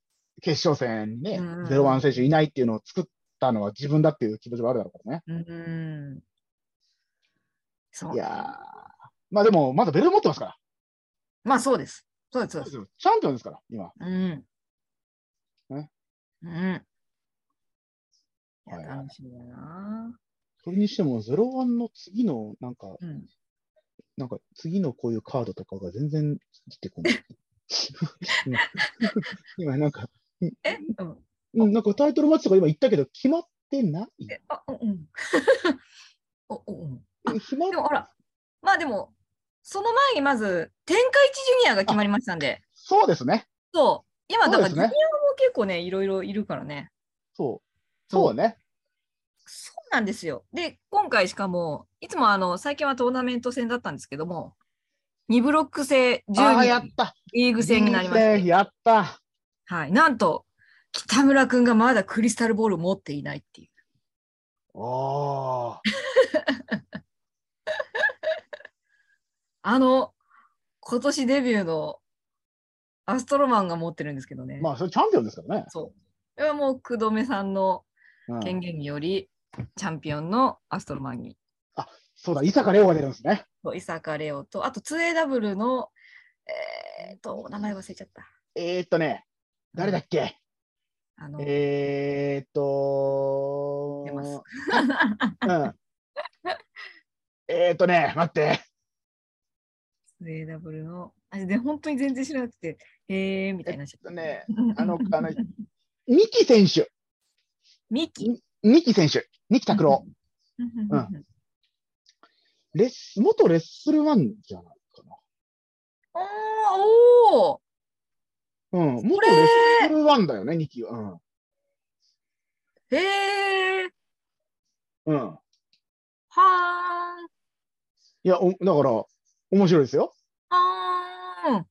C: 決勝戦にね、
B: うん
C: ゼロワン選手いないっていうのを作ったのは自分だっていう気持ちもあるだろうからね。
B: うん。そう。
C: いやーまあでも、まだベルト持ってますから。
B: まあそうです。そうです。そうです。
C: チャンピオンですから、今。
B: うん。
C: ね
B: うん。いや、
C: はい
B: 楽しみだな。
C: それにしても、ゼロワンの次の、なんか、
B: うん。
C: なんか次のこういうカードとかが全然出て こない。今、今なんか、
B: え、うん。
C: うんなんかタイトルマッチとか今言ったけど、決まってない
B: えあ、うんうん。 お、お、うん。
C: 決まっ
B: でもほら、まあでも、その前にまず、天下一ジュニアが決まりましたんで、
C: そうですね。
B: そう、今、だから
C: そ
B: ジ
C: うです
B: ュ
C: ね
B: ニアも結構ね、いろいろいるからね。
C: そう。そうね。
B: そうなんですよ。で、今回しかも、いつもあの、最近はトーナメント戦だったんですけども、2ブロック制
C: ああ、や
B: 10
C: っ
B: 人
C: た。
B: リーグ戦になりま
C: いいね
B: し
C: やった。
B: た。はい。なんと、北村くんがまだクリスタルボールを持っていないっていう。
C: おー。
B: あの、今年デビューのアストロマンが持ってるんですけどね。
C: まあ、それチャンピオンですからね。
B: そう。これはもう、久留さんの
C: うん
B: 権限により、チャンピオンのアストロマンに、
C: そうだ、伊坂レオが出るんですね。
B: そう伊坂レオと、あと 2AW の、えー、っと、お名前忘れちゃった。
C: えー、っとね、誰だっけ
B: あの、
C: えー、っと
B: 出ます。
C: うん。えー、っとね、待って。
B: 2AW の、あで本当に全然知らなくて、えーみたいになっちゃった。
C: ね、あの、あの、ミキ選手、
B: ミキ。
C: ミキ選手、ミキ拓郎、
B: うん
C: うレッス元レッスルワンじゃないか
B: おーおー
C: な。うん、元
B: これ
C: レッスルワンだよね、ニキは。
B: へー
C: うん。うん。
B: はーん
C: いや、おだから、面白いですよ。
B: は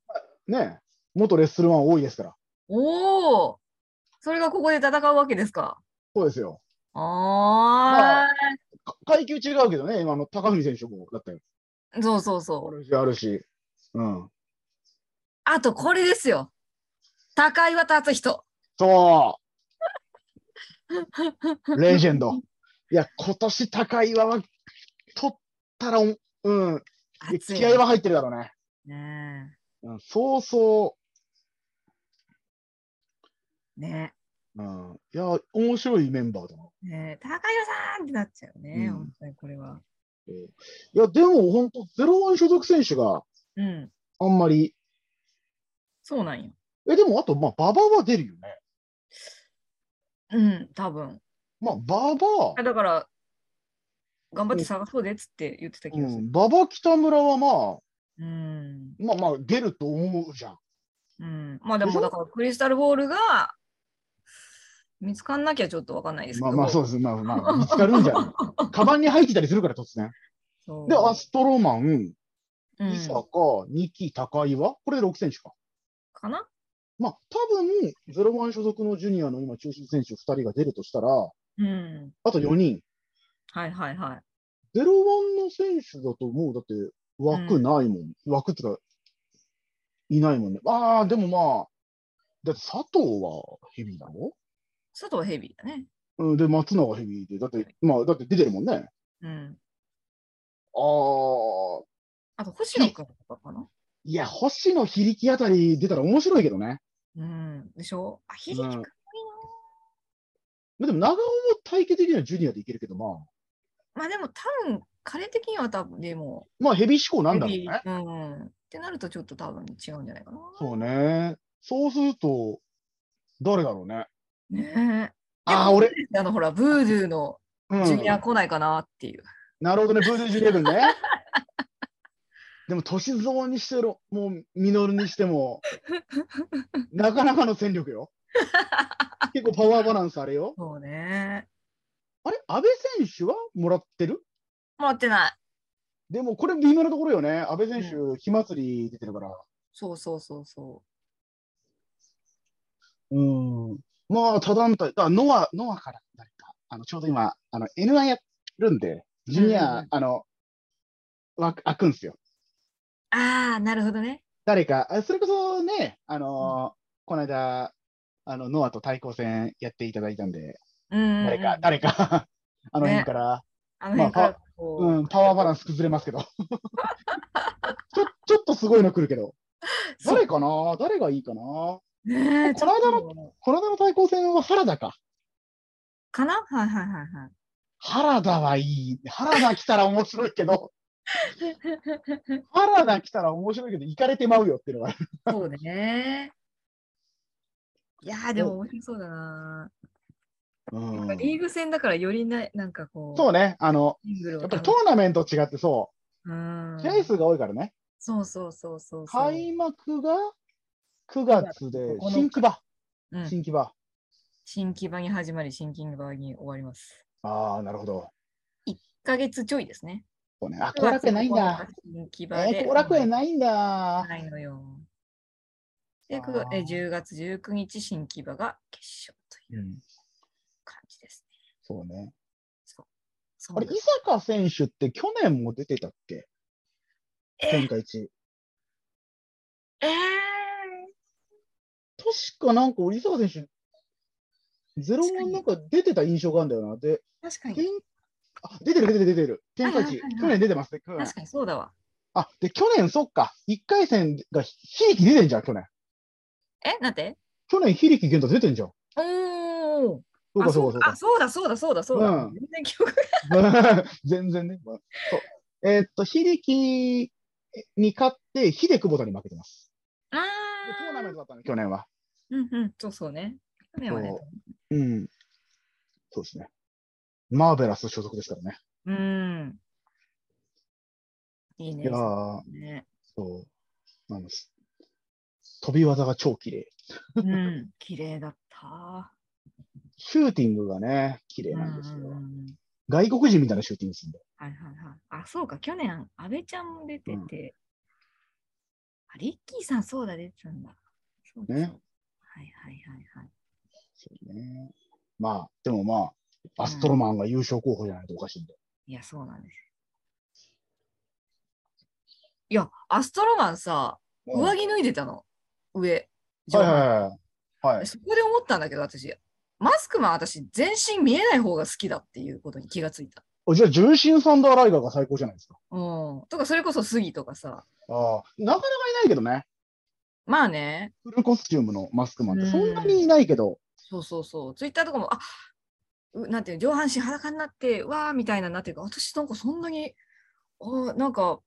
B: ーん
C: ね。元レッスルワン多いですから。
B: おおそれがここで戦うわけですか
C: そうですよ。
B: あ
C: か階級違うけどね、今の高文選手もだったよ。
B: ーそうそうそう
C: あ。るし、あるし。うん。
B: あとこれですよ。高岩達人。
C: そう レジェンド。いや、今年高岩は取ったらお、うん、
B: 熱い
C: 気合は入ってるだろうね。
B: ね
C: うん、そうそ
B: え。ね
C: う。うん、いや、面白いメンバーだな。
B: え。ねえ高岩さんってなっちゃうね。
C: うん
B: 本当にこれは。
C: えーいや、でも本当、ゼロワン所属選手が
B: うん。
C: あんまり、
B: そうなんよ。
C: え、でもあと、まあ、馬場は出るよね。
B: うん、多分。
C: まあ、馬場
B: あ、だから、頑張って探そうでっつって言ってた気
C: う
B: がする。
C: ん、馬場北村はまあ、
B: うん。
C: まあまあ、出ると思うじゃん。
B: うん。まあで
C: でし
B: も、
C: ょ
B: だからクリスタルボールが見つかんなきゃちょっとわかんないですけ
C: まあ
B: ど。
C: まあ、そうです。まあまあ、見つかるん じゃないカバンに入ってたりするから、突然。
B: そう。
C: で、アストロマン、
B: うん
C: 伊坂、ニキ、高岩、これで6選手か。
B: かな
C: まあ、多分ゼロワン所属のジュニアの今、中心選手2人が出るとしたら、あ
B: うん。
C: と4人、
B: はいはいはい。
C: ゼロワンの選手だと、もうだって枠ないもん、枠っていうか、いないもんね。ああ、でもまあ、だって佐藤はヘビーだろ、
B: 佐藤はヘビーだね。
C: うん、で、松永ヘビーで、だって、まあ、だって出てるもんね。
B: うん。
C: ああ、
B: あと、星野君とかかな。
C: いや、星野非力あたり出たら面白いけどね。
B: うん。でしょあ、ヒリ
C: う
B: キ
C: ん
B: 君。
C: でも、長尾も体型的にはジュニアでいけるけど、まあ、
B: まあでも、多分彼的には多分、でも、
C: まあ、ヘビー志向なんだろう
B: ヘ
C: ね
B: ビ。ーうん。ってなると、ちょっと多分違うんじゃないかな。
C: そうね。そうすると、誰だろうね。
B: ねえ。
C: ああ、俺、
B: であのほら、ブードゥーの
C: うん
B: ジュニア来ないかなっていう。
C: なるほどね、ブーデンジュレブンね。でも、歳三にしてろ、もう、ミノルにしても、なかなかの戦力よ。結構パワーバランスあれよ。
B: そうね。
C: あれ、安倍選手はもらってる
B: 持ってない。
C: でも、これ微妙なところよね。安倍選手、火祭り出てるから。
B: そうそうそうそ
C: うん。まあ、他団体、あノア、ノアから誰か。あの、ちょうど今、あの、N1 やるんで、ジュ
B: うん
C: ニ
B: うん
C: ア
B: う、
C: あの、わ開くんすよ。
B: う。ああ、なるほどね。
C: 誰か、あそれこそね、あのーこの間、あの、ノアと対抗戦やっていただいたんで、
B: うんうんうん、
C: 誰か、誰か、 あの辺から、
B: あの辺か
C: ま
B: らこう、
C: うん、パワーバランス崩れますけど。 ちょ、ちょっとすごいの来るけど。
B: そう
C: 誰かな誰がいいかなこ
B: ねえ
C: この間の
B: ちょっと
C: の間の対抗戦は原田か。
B: かなはいはいはいはい。
C: 原田はいい。原田来たら面白いけど、原田来たら面白いけど、行かれてまうよっていうのがある。
B: そうね。いやーでも面白そうだな。やっぱリーグ戦だからよりななんかこう、
C: そうね、あの、
B: シングルを
C: やっぱり
B: 楽
C: ト
B: し
C: ーナメント違ってそうう、
B: ん
C: 試合数が多いからね。
B: そうそうそうそうそう。
C: 開幕が9月で
B: ここの
C: 新木場、
B: うん
C: 新木場。
B: 新木場に始まり、新木場に終わります。
C: ああ、なるほど。
B: 1ヶ月ちょいですね。
C: そうね、あ、後楽園ないんだ。。
B: 新木
C: え
B: 場で。
C: ー、後楽園
B: な
C: ないんだ。
B: いのよ。で、
C: あー
B: くえ10月19日、新木場が決勝という
C: うん、
B: 感じですね。
C: そうね。
B: そうそう
C: あれ、伊坂選手って去年も出てたっけ天下一。
B: えー、
C: 確かなんか俺、伊坂選手、ゼロワンなんか出てた印象があるんだよな。で、
B: 確か
C: 天
B: に。
C: あ出てる出てる出てる。天下一。
B: はいはいはいはい
C: 去年出てますね。去年
B: 確かにそうだわ。
C: あ、で、去年、そっか。1回戦がひ非力出てんじゃん、去年。
B: え、なんて
C: 去年、非力玄太出てんじゃん。
B: おー
C: そうか、
B: あ
C: そうか、そうか
B: あ、。そうだ、そうだ、そうだ、そうだ。
C: うん
B: 全然記憶が。
C: 全然ね。まあ、そうえーっと、秀樹に勝って、秀久保田に負けてます。
B: あ
C: でトーナ
B: ー
C: メントだったの、去年は。
B: うんうん、そうそうね。去年はね
C: そ。うん。そうですね。マーベラス所属ですからね。
B: うん。いいね。
C: いやー
B: ね。
C: そう。なんです。飛び技が超綺麗。
B: うん、 綺麗だった。
C: シューティングがね、綺麗
B: うんう
C: なん
B: ん
C: ですよ。
B: うん
C: 外国人みたいなシューティングするんだよ。
B: はいはいはい。あ、そうか、去年、阿部ちゃんも出てて、あリッキーさん、そうだ、出てたんだ。そうだ
C: ね
B: そうだはいはいはいはい。
C: そうね。まあ、でもまあ、アストロマンが優勝候補じゃないとおかしいんで。
B: いや、そうなんです。いや、アストロマンさ、
C: うんは
B: 上
C: い
B: 着脱いでたの。上。
C: はいはいはい。はい。
B: そこで思ったんだけど、私、マスクマン、私、全身見えない方が好きだっていうことに気がついた。
C: おじゃあ、重心サンダーライガーが最高じゃないですか。
B: うん。とか、それこそ杉とかさ。
C: ああ、なかなかいないけどね。
B: まあね、
C: フルコスチュームのマスクマンって
B: うん
C: そんなにいないけど、
B: そうそうそう。ツイッターとかも、あうなんていうの上半身裸になって、わーみたいななってるから、私なんかそんなに、あーなんか、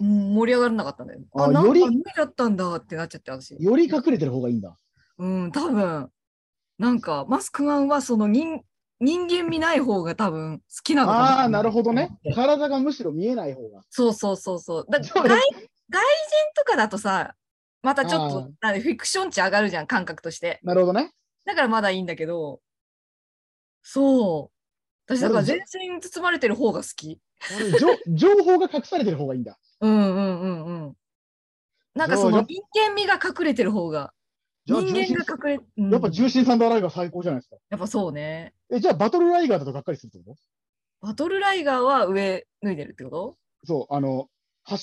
B: うん盛り上がらなかったんだよ。あ
C: あ
B: なん
C: よ
B: か
C: り
B: 脱いだったんだってなっちゃって、私。
C: より隠れてる方がいいんだ。
B: うん、多分なんか、マスクマンはその人人間見ない方が多分好きなのか
C: ああ、なるほどね。体がむしろ見えない方が。
B: そうそうそうそう。だ
C: そう
B: 外
C: ね
B: 外人とかだとさ、またちょっ
C: あー
B: となんでフィクション値上がるじゃん、感覚として。
C: なるほどね。
B: だからまだいいんだけど、そう。私だから全身包まれてる方が好き。
C: 俺じょ 情報が隠されてる方がいいんだ。
B: うんうんうんうん。なんかそ
C: そう
B: の
C: や
B: 人間味が隠れてる方が、
C: じゃ
B: 人
C: あ重心
B: 間が隠れ、うん
C: やっぱ重心サンダーライガー最高じゃないですか。
B: やっぱそうね。
C: え、じゃあバトルライガーだとがっかりするってこ
B: バトルライガーは上脱いでるってこと
C: そう、あの、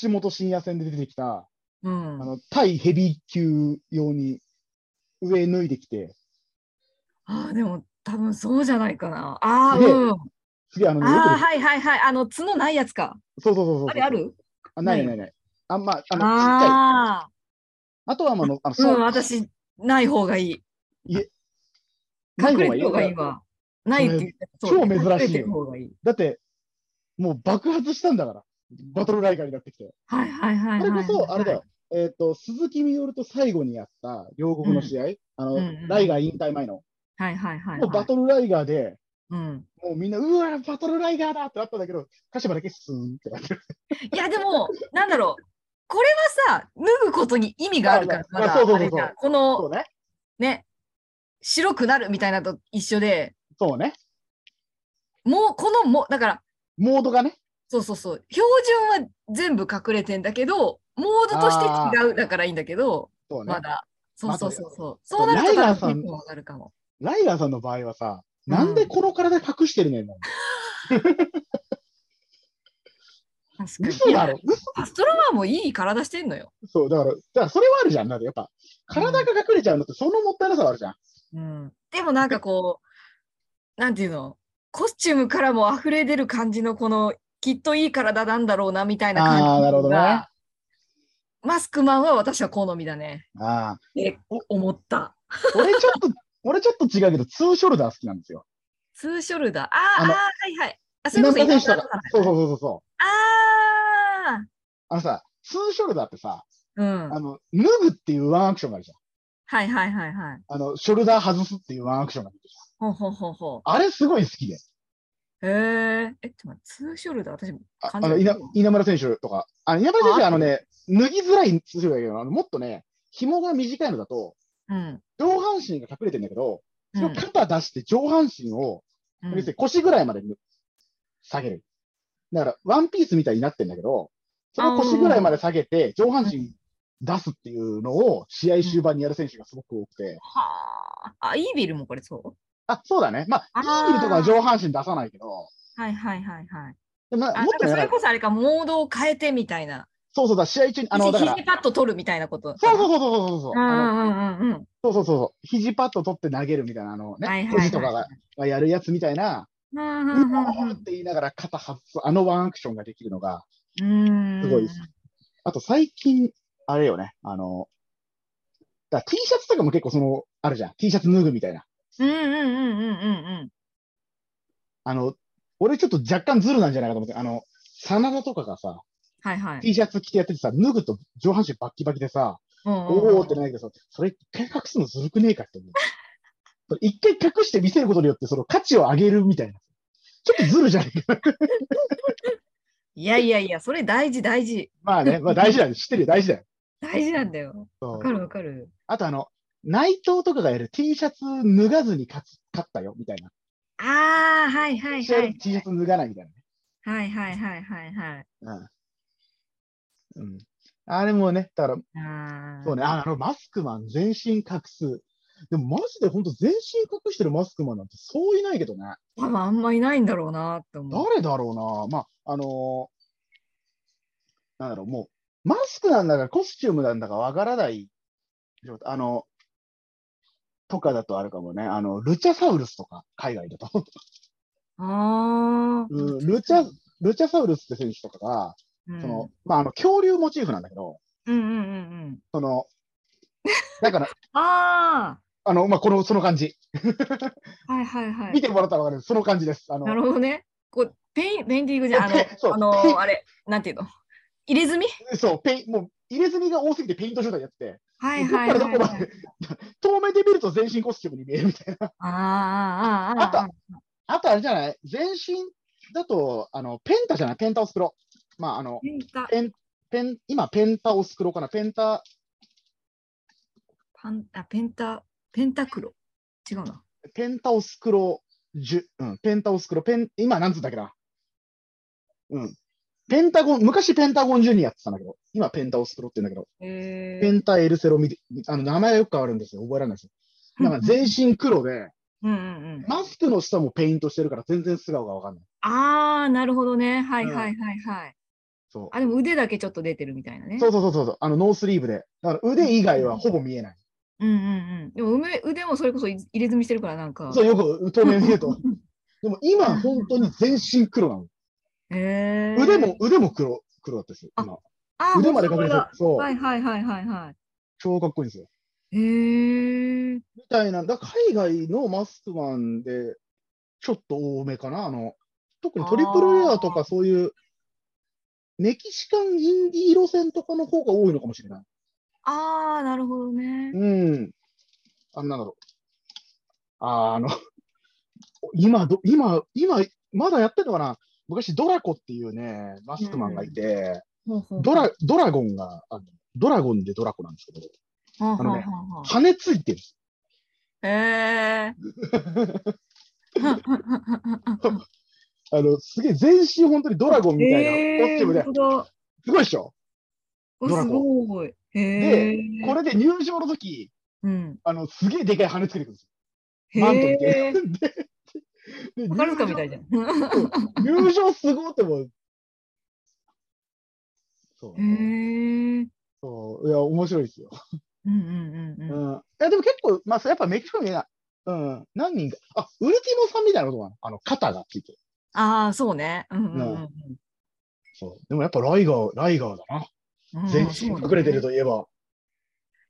C: 橋本深夜戦で出てきた、
B: とう
C: あ
B: ん。
C: の、対ヘビー級用に上脱いできて、
B: ああ、でも多分そうじゃないかな。ああ、
C: ね
B: うん。
C: 次あのね、よく
B: ああ、
C: で
B: はいはいはい。あの、角ないやつか。
C: そうそうそうそう。
B: あれある
C: あないないない。あんま、あの、ちっちゃい。
B: あ
C: あとはもうあの、あの、
B: あ、
C: そう
B: うん、私、ない方がいい。
C: ない
B: 隠れ
C: 方がい
B: て
C: い
B: る
C: よ
B: 方がいいわ。ないって言ったらそうね
C: 超珍しいよ
B: 隠れてる方がいい。
C: だって、もう爆発したんだから、バトルライガーになってきて。
B: はいはいはい
C: そ
B: はい
C: れ
B: は
C: こ
B: い。
C: そ、あれだよ。えっ、と、鈴木みよると最後にやった両国の試合、あの、
B: うんうん
C: ライガー引退前の。
B: はいはいはい、
C: もう
B: は
C: バ
B: い。
C: トルライガーで、
B: うん、
C: もうみんな、うわ、バトルライガーだってなったんだけど、鹿島だけスーンってなってる。
B: いやでもなんだろうこれはさ脱ぐことに意味があるから
C: ま
B: ま
C: あまあ
B: だ
C: そうそうそう
B: あれじゃんこ
C: そう
B: の
C: ね。
B: ね白くなるみたいなのと一緒で
C: そうね。
B: もうこのもだから
C: モードがね。
B: そうそうそう標準は全部隠れてんだけどモードとして違うだからいいんだけど
C: そうね
B: ま。だそうそうそうそうそ
C: ま
B: う
C: だ
B: なると
C: ライガ
B: 多
C: ーさん
B: 分結構わかるかも
C: ライガーさんの場合はさ、
B: うん
C: なんでこの体隠してるねんな。
B: 確かに
C: 嘘だろ。嘘
B: アストロマンもいい体してんのよ
C: そう、だから、だからそれはあるじゃん。なんでやっぱ、体が隠れちゃうのって、そのもったいなさはあるじゃん。
B: うん、でもなんかこう、なんていうの、コスチュームからも溢れ出る感じの、このきっといい体なんだろうなみたいな感じ
C: あーなるほどね
B: がマスクマンは私は好みだね。
C: ああ。
B: って
C: お
B: 思った。
C: 俺ちょっと、俺ちょっと違うけど、ツーショルダー好きなんですよ。
B: ツーショルダー。あーあ
C: あ
B: ー、
C: の
B: はいはい。あ、それ
C: 今
B: こそ
C: 村選手と
B: 今村
C: か
B: さん、
C: そうそうそうそうそ
B: あ
C: う。あのさ、ツーショルダーってさ、
B: ーうん。
C: あの、脱ぐっていうワンアクションがあるじゃん。
B: はいはいはいはい。
C: あの、ショルダー外すっていうワンアクションがあるじ
B: ほうほうほうほ
C: ゃん。あれすごい好きで。
B: う。へえ。え、ちょっと待って、ツーショルダー、私、
C: ああ
B: 完全
C: の
B: に
C: 稲稲村選手とか、あの稲村選手は
B: あ
C: あのね、脱ぎづらいツーショルダーだけど、あのもっとね、紐が短いのだと、
B: うん。
C: 上半身が隠れてんだけど、
B: う
C: その
B: ん
C: 肩出して上半身
B: う
C: を、
B: ん
C: 要するに腰ぐらいまで下げる。だから、ワンピースみたいになってんだけど、その腰ぐらいまで下げて、上半身出すっていうのを試合終盤にやる選手がすごく多くて、
B: はあ。あ、イービルもこれそう
C: あ、そうだね。まあ、
B: あ
C: イ
B: ー
C: ーグルとかは上半身出さないけど、
B: はいはいはいはい。
C: でもな
B: あ
C: もっ
B: なん
C: と
B: か
C: ね
B: それこそあれか、モードを変えてみたいな。
C: そうそうだ、試合中に、あの、だから、
B: 肘パッと取るみたいなこと。
C: そうそう
B: う
C: そうそうそうそう。
B: んう
C: あの
B: んうんうん。
C: そうそうそうそう。肘パッと取って投げるみたいな、あの
B: はいはい
C: ね、
B: はい
C: 腰とかががやるやつみたいな、
B: うんう
C: うわ
B: んうん
C: ーって言いながら肩外す、あのワンアクションができるのが、
B: うん。
C: すごいですあと最近、あれよね、あの、だから T シャツとかも結構その、あるじゃん。T シャツ脱ぐみたいな。
B: うんうんうんうんうん
C: あの、俺ちょっと若干ズルなんじゃないかと思って、あの、真田とかがさ、
B: はいはい。
C: T シャツ着てやっててさ、脱ぐと上半身バッキバキでさ、
B: お
C: おおってなるけどさ、それ一回隠すのずるくねえかって思う。それ一回隠して見せることによって、その価値を上げるみたいな。ちょっとずるじゃねえか。
B: いやいやいや、それ大事大事。
C: まあね、まあ大事だよ。知ってるよ、大事だよ。
B: 大事なんだよ。
C: そう
B: わかるわかる。
C: あとあの、内藤とかがやる T シャツ脱がずに勝つ勝ったよ、みたいな。
B: ああ、はいはい
C: 試合
B: は
C: で
B: い。
C: T シャツ脱がないみたいなね。
B: はいはいはいはいはい。
C: うん。うん。あれもね、だから、
B: あー
C: そうね、あの、マスクマン、全身隠す。でもマジで本当全身隠してるマスクマンなんてそういないけどね。
B: 多分あんまいないんだろうなって思う。
C: 誰だろうな、まあ、あのーなんだろう、もう、マスクなんだか、コスチュームなんだかわからない状態、あの、とかだとあるかもね、あの、ルチャサウルスとか、海外だと。
B: ああ。
C: うんルチャ、ルチャサウルスって選手とかが、
B: うん
C: その、まあ、あの、恐竜モチーフなんだけど、
B: うんうんうんうん。
C: その、だから、
B: あ
C: あの、まあ、この、その感じ。
B: あ。はいはいはい
C: 見。てもらったらわかる、その感じです。あの、
B: なるほどね。こうペインペインティングじゃんあの
C: そう
B: あ
C: ペイン
B: のあれなんていうの入れ墨？
C: そう、ペイン、もう、入れ墨が多すぎてペイント状態やってて、
B: はい
C: どっ
B: はい
C: から
B: はい、
C: どこま
B: は
C: で
B: い。、
C: 遠目で見ると全身コスチュームに見えるみたいな。
B: あーあーあーあーあー
C: あとあれじゃない全身だと、あの、ペンタじゃないペンタオスクロ。まあ、あの、
B: ペンタ
C: ペン、ペン、今、ペンタオスクロかなペンタ、
B: パンあペンタペンタクロ違うな。
C: ペンタオスクロ、じゅ、うん、ペンタオスクロ、ペン、今、なんつったっけなうん。ペンタゴン、昔ペンタゴンジュニアって言ったんだけど、今ペンタオスクロって言うんだけど、
B: え
C: ペンタエルセロミディ、あの、名前がよく変わるんですよ。覚えられないですよ。なんか全身黒で、
B: うんうんうん。
C: マスクの下もペイントしてるから全然素顔がわかんない。
B: ああなるほどね。はいはいはいはい。
C: そう。
B: あでも腕だけちょっと出てるみたいなね。
C: そうそうそうそうそう。あの、ノースリーブで。だから腕以外はほぼ見えない。
B: うんうんうん。でも腕腕もそれこそ入れ墨してるからなんか。
C: そう、よく透明見ると。でも今、本当に全身黒なの。
B: へー
C: 腕も、腕も黒、黒だったし、
B: あ
C: 今
B: あー
C: 腕まで
B: 本
C: 隠れ
B: 当
C: て
B: だ
C: る。そ
B: は
C: う、
B: いはいはいはいは
C: 超かっこいいんですよ。
B: い。へえ。
C: みたいな、だから海外のマスクマンで、ちょっと多めかな。あの、特にトリプルレアとかそういう、メキシカンインディー路線とかの方が多いのかもしれない。
B: ああなるほどね。
C: うん。あ、なんだろあーあの、今ど、今、今、まだやってるのかな昔、ドラコっていうね、マスクマンがいて、
B: ほうほう
C: ドラ、ドラゴンが、あのドラゴンでドラコなんですけど、
B: ほうほう
C: あのね
B: ほうほう
C: 羽ついてるんです
B: へえ。
C: あの、すげえ、全身本当にドラゴンみたいな、 コスチュームで
B: 本、当だ
C: すごいでしょ
B: お
C: ドラ
B: す
C: ゴ
B: ごい。へえ。
C: これで入場の時、
B: うん。
C: あの、すげえでかい羽つけてくるんです
B: へ
C: よ。マントみたい
B: え
C: な。。でで
B: 宝塚みたいじゃん。
C: 入場すごいってもう。そう。
B: へえ。
C: そういや、面白いですよ。
B: うんうんうん
C: う
B: うん。
C: ん。いや、でも結構、まあ、そうやっぱメキシコ人が、うん、何人か、あ、ウルティモさんみたいなことなのあの、肩がついてる。
B: ああ、そうね。うんうんうん
C: ねそう。でもやっぱライガー、ライガーだな。
B: うんうん。
C: 全身隠れてる
B: と。
C: といえば。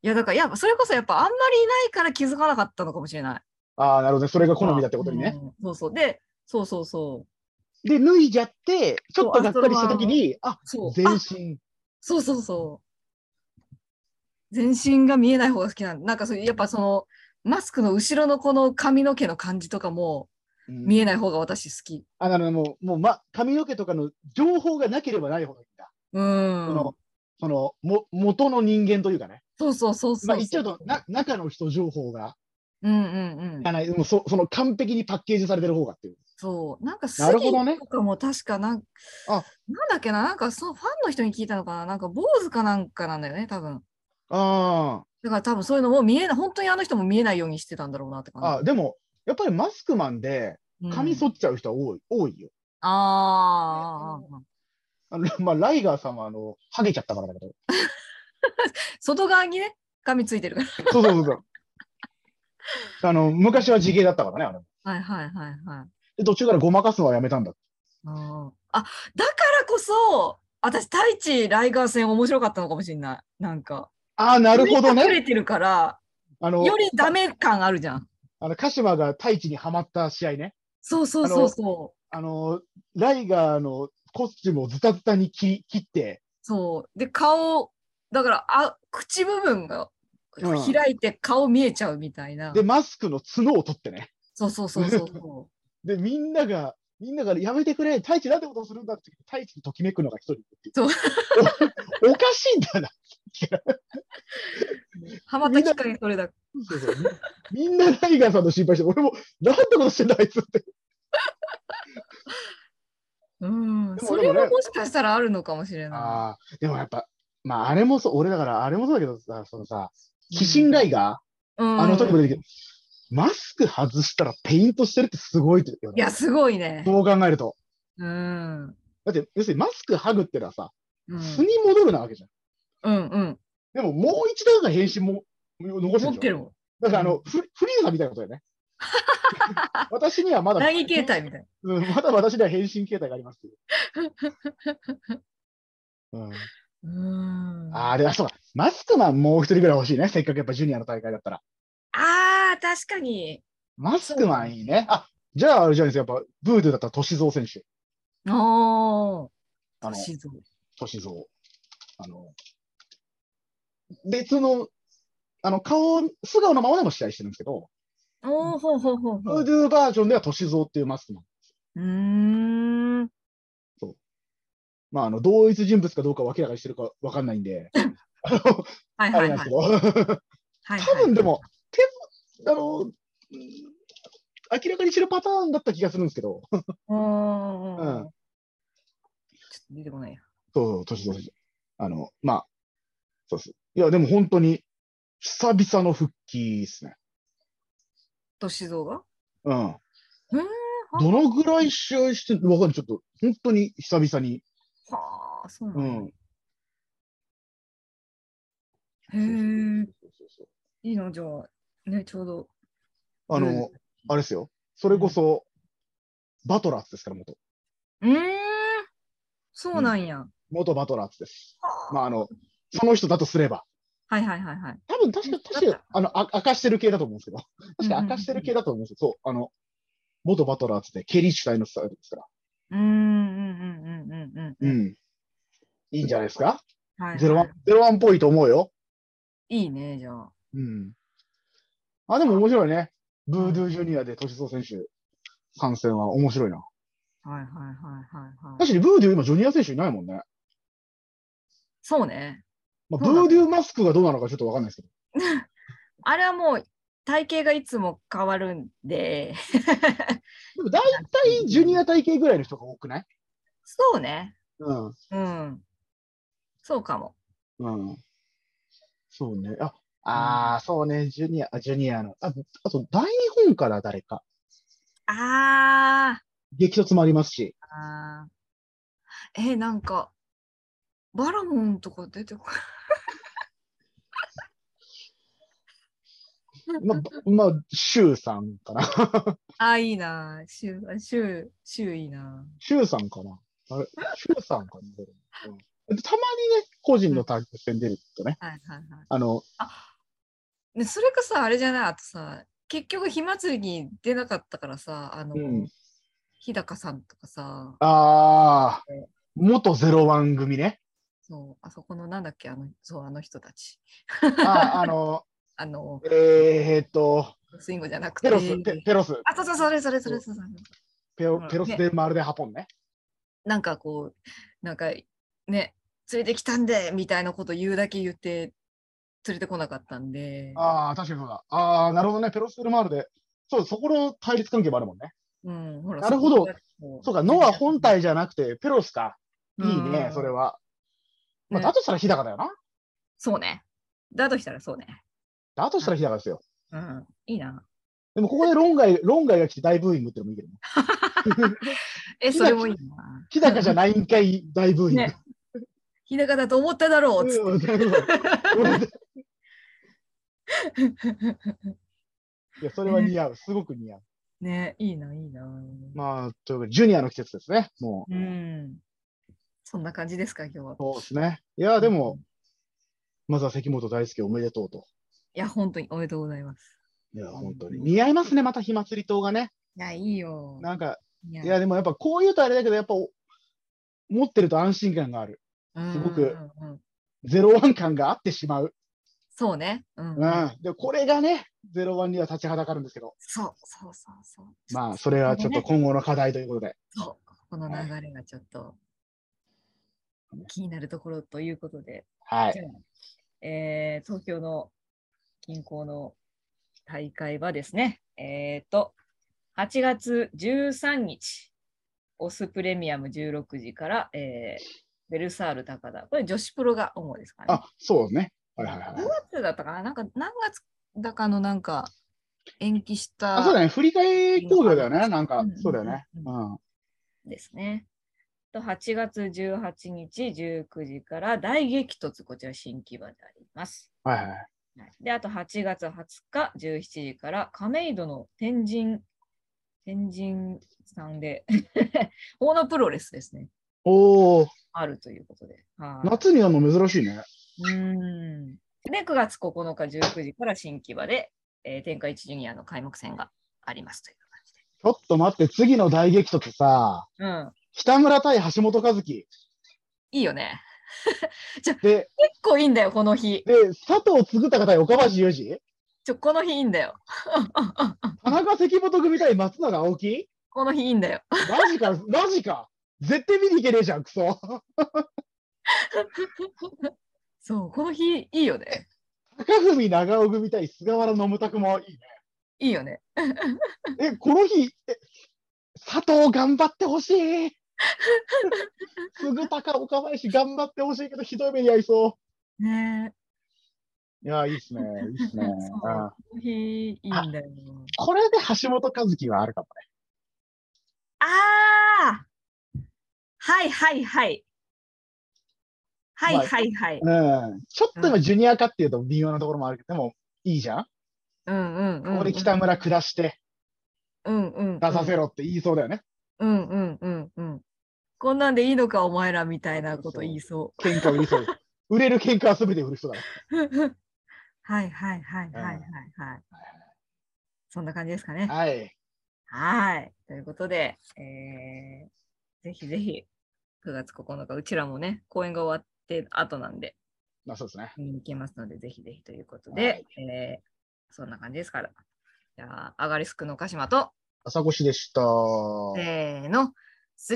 B: いや、だから、やっぱ、それこそやっぱ、あんまりいないから気づかなかったのかもしれない。
C: ああ、なるほどね。それが好みだってことにね。
B: うん。そうそう。で、そうそうそう。
C: で、脱いじゃって、ちょっとがっかりしたときに、あ、
B: そう。
C: 全
B: あ
C: 身。
B: そうそうそう。全身が見えない方が好きなんなんかそういうやっぱそのマスクの後ろのこの髪の毛の感じとかも
C: うん
B: 見えない方が私好き。
C: あ、なるほど。もう、もう、ま、髪の毛とかの情報がなければないほどいいんだ。
B: う
C: そ
B: ん。
C: の、その、も、元の人間というかね。
B: そうそうそうそう。
C: まあ、言っちゃうと、な、中の人情報が、
B: うんうんうん
C: いら。ない、もうそ、その完璧にパッケージされてる方がっていう。
B: そう。なんかス
C: なるほ
B: リ
C: どね
B: とかも確かなん
C: あ
B: なんだっけな、なんかそのファンの人に聞いたのかな、なんか坊主かなんかなんだよね、多分。
C: あ
B: だから多分そういうのも見えない、本当にあの人も見えないようにしてたんだろうなって
C: あ。
B: 感
C: あ、でも、やっぱりマスクマンで
B: じ。
C: 髪
B: う
C: 剃
B: ん
C: っちゃう人は多い、多いよ。
B: あーあーあーあー
C: あの、まあ、ライガーさんは、あの、ハゲちゃったからだ けど。
B: 外側にね、髪ついてるから。
C: そうそうそうそう。あの、昔は地毛だったからね、あれも。
B: はいはいはいはい。
C: で途中からごまかすのはやめたんだ。
B: ああ、だからこそ、私、太一ライガー戦面白かったのかもしれない。なんか。
C: ああ、なるほど
B: 隠
C: ね。
B: れてるから、
C: あの、
B: よりダメ感あるじゃん。
C: あの、鹿島が太一にはまった試合ね。
B: そうそうそうそう。
C: あの、ライガーのコスチュームをズタズタに切切って、
B: そう。で、顔、だから、あ、口部分が
C: うん
B: 開いて顔見えちゃうみたいな。
C: で、マスクの角を取ってね。
B: そうそうそうそうそ
C: で、みんなが、みんながやめてくれ、太一なんてことをするんだって、太一にときめくのが一人っていう
B: そう
C: おおかしいんだな。
B: う。ハマったきっかけそれだ。
C: そうそうみんなライガーさんの心配して、俺も、なんてことしてんだ、あいつって。
B: うん。
C: でも
B: それ
C: でも
B: も
C: ね
B: もしかしたらあるのかもしれな
C: ああ、でもやっぱ、まあ、あれもそう、俺だから、あれもそうだけどさ、そのさ、
B: い。
C: 鬼神ライガ
B: う
C: ー、
B: ん。
C: あの時も出てきて、マスク外したらペイントしてるってすごいよ
B: い
C: ね。
B: や、すごいね。
C: そう考えると。
B: うん。うん。
C: だって、要するにマスク剥ぐってのはさ、
B: うん
C: 素に戻るなわけじゃん。
B: うん。
C: でも、もう一段が変身も残して
B: 持
C: る
B: っ
C: で
B: て
C: しょ
B: るもん。
C: だから、あの、フリフリーザみたいなこと だよね。私にはまだ、
B: 第二形態みたいな。
C: うん、まだ私には変身形態がありますけど。う
B: う
C: ん、
B: ーん
C: あーであ、そうだ。マスクマンもう一人ぐらい欲しいね。せっかくやっぱジュニアの大会だったら。
B: あー、確かに。
C: マスクマンいいね。あ、じゃあ、あれじゃないですか。やっぱ、ブードゥだったら、歳三選手。
B: おー、
C: あの、
B: 静岡
C: 歳三。あの、別の、あの、顔、素顔のままでも試合してるんですけど、
B: おー、ほうほうほうほ
C: ブー
B: う。
C: ドゥバージョンでは歳三っていうマスクマン。
B: うーん。
C: まあ、あの、同一人物かどうかを明らかにしてるかわかんないんで、 あの、
B: はい
C: あ
B: は
C: れ
B: い
C: な
B: は
C: ん
B: い
C: です。け
B: は
C: ど。
B: いはい
C: 多分でも、手ぶあの、うん明らかにしてるパターンだった気がするんですけど、 そ
B: う
C: う
B: ーん。ちょ
C: うん
B: っと出てこないや。
C: そう、年々あの、まあ、そうです。いや、でも本当に、久々の復帰ですね。
B: と静岡
C: うん。
B: へー
C: どのぐらい試合してるわかんない。ちょっと、本当に久々に。
B: はあ、そうな
C: うん
B: だ。
C: ん。
B: へえ、
C: そうそうそう
B: いいのじゃあ、ね、ちょうど。
C: あ
B: う
C: の
B: ん、
C: あれですよ。それこそ、バトラーズですから、元。
B: うーん。そうなんや。
C: 元バトラーズです。まあ、あの、その人だとすれば。
B: はいはいはいはい。
C: 多分確か、確か、あの、あ明かしてる系だと思うんですけど。確か明かしてる系だと思うんですよ。そう、あの、元バトラーズで、ケリー主体のスタイルですから。
B: うーん、うん、うん、うん、うん。。
C: うんん。いいんじゃないですか
B: はいはい
C: ゼロワン、ゼロワンっぽいと思うよ。
B: いいね、じゃあ。
C: うん。あ、でも面白いね。ブードゥージュニアで年相選手参戦は面白いな。
B: はいはいはいはいはい。
C: 確かにブードゥー今ジュニア選手いないもんね。
B: そうね。
C: まあ、
B: そうだ
C: ブーデューマスクがどうなのかちょっとわかんないですけど。
B: あれはもう体型がいつも変わるんで、
C: でも大体ジュニア体系ぐらいの人が多くない
B: そうね。
C: うん。
B: うん。そうかも。
C: うん。そうね。あ、あーそうね。ジュニア、あジュニアの。あ、あと、大日本から誰か。
B: あー
C: 激突もありますし。
B: あー。え、なんか、バラモンとか出てこ
C: ま、まあ、シュウさんかな。
B: あー、いいな。シュー、シュー、シューいいな。
C: シュウさんかな。あれ、シュウさんかな。うんたまにね、個人のタッグ戦出るとね、
B: はいはいはい。
C: あの、
B: ね、それかさ、あれじゃないあとさ、結局、火祭りに出なかったからさ、あの、
C: うん
B: 日高さんとかさ、
C: あー、元ゼロワン組ね。
B: そう、あそこのなんだっけ、あの、そう、あの人たち。
C: あ ー、あの、
B: あの、
C: えーっと、
B: スイングじゃなくて。
C: ペロス、ペペロス、
B: あ、そうそう、それそれそれそれ。
C: ペロ
B: うん
C: ペロスでまるでハポンね。
B: なんかこう、なんかね、連れてきたんで、みたいなこと言うだけ言って、連れてこなかったんで、
C: ああ、確かにそうだ。ああ、なるほどね。ペロステルマールで。そう、そこの対立関係もあるもんね。
B: うん、ほら、
C: なるほど
B: そこがこ
C: そうか、ノア本体じゃなくて、ペロスか。いいね
B: う、ん
C: それは。まあ、
B: ね
C: だとしたら日高だよな。
B: そうね。だとしたらそうね。
C: だとしたら日高ですよ。
B: うん、いいな。
C: でも、ここで論外、論外が来て大ブーイングってのもいいけどね。
B: え、
C: 日
B: そ
C: 高
B: れもいいな。
C: 日高じゃないんかい、大ブーイング。
B: ね日高だと思っただろう、つっ
C: うん 俺でいや、それは似合う。すごく似合う。
B: て。 ね、いいな、いいな。
C: まあ、というわけで、ジュニアの季節ですね。もう。
B: うん。そんな感じですか、今日は。
C: そうですね。いや、でも、まずは関本大輔おめでとうと。
B: いや、本当におめでとうございます。
C: いや、本当に。
B: うん
C: 似合いますね、また火祭り党がね。
B: いや、いいよ。
C: なんか、
B: いや
C: いや、でもやっぱこういうとあれだけど、やっぱお持ってると安心感がある。すごく
B: うんうんうん
C: ゼロワン感があってしまう。
B: そうね。うん
C: う。ん。で、これがね、ゼロワンには立ちはだかるんですけど、
B: そうそうそうそう。
C: まあ、それはちょっと今後の課題ということで。
B: そう、ここの流れがちょっと気になるところということで、
C: は
B: じ
C: い。
B: ゃあ、えー東京の近郊の大会はですね、えっ、と、8月13日、オスプレミアム16時から、えーベルサール高田、これ女子プロが主ですかね。
C: あ、そうね。はいはいはい
B: 何。月だったかななんか何月だかのなんか延期し
C: あ、
B: た
C: そうだね。振り返り工業だよね。なんか
B: うん、
C: そうだよね。
B: うん
C: うん。
B: ですね。と8月18日19時から大激突、こちら新木場であります。
C: はいはい。
B: はいで、あと8月20日17時から亀戸の天神、天神さんで、 法のプロレスですね、
C: おー、
B: あるということで。はい
C: 夏にやるの珍しいね。
B: うーんで、9月9日19時から新木場で、えー天下一ジュニアの開幕戦がありますという感じで。
C: ちょっと待って、次の大激突さ、
B: うん、
C: 北村対橋本和樹。
B: いいよね。
C: で、
B: 結構いいんだよ、この日。
C: で、佐藤嗣隆対岡橋裕二。
B: ちょ、この日いいんだよ。
C: 田中関本組対松永青木
B: この日いいんだよ。
C: マジか、マジか。絶対見に行けねえじゃん、クソ。
B: そう、この日いいよね。
C: 高文長尾組対菅原信拓もいい
B: いいよね。
C: ね。え、この日、え佐藤頑張ってほし い。すぐ高岡林頑張ってほしいけど、ひどい目に遭いそ
B: ね
C: う。いや、いいっすね。いいっすね。
B: そう
C: あ
B: この日いいんだよ。
C: これで橋本和樹はあるかもね。
B: ああはいはいはい。はい
C: まあ
B: はいはい。
C: うん、ちょっと今、ジュニアかっていうと微妙なところもあるけど、でもいいじゃん。
B: うんうんうん。
C: ここで北村下して、
B: うんうん。
C: 出させろって言いそうだよね。
B: うんうんうんうん。こんなんでいいのかお前らみたいなこと言いそ
C: 喧嘩売りそうです。売れる喧嘩は全て売る人だね。
B: う。 はいはいはいはいはいはい。そんな感じですかね。
C: はい。
B: はい。ということで、えー、ぜひぜひ、9月9日、うちらもね、公演が終わって後なんで、
C: まあそうですね。
B: 見に行けますので、ぜひぜひということ
C: は
B: で
C: い、
B: えー、そんな感じですから。じゃあ、アガリスクの鹿島と、
C: 朝越しでした。
B: せーの、3、two,
C: 3、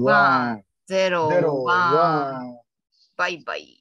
C: 2、
B: one
C: 1、
B: 0、
C: 0、
B: 1、
C: 1。
B: バイバイ。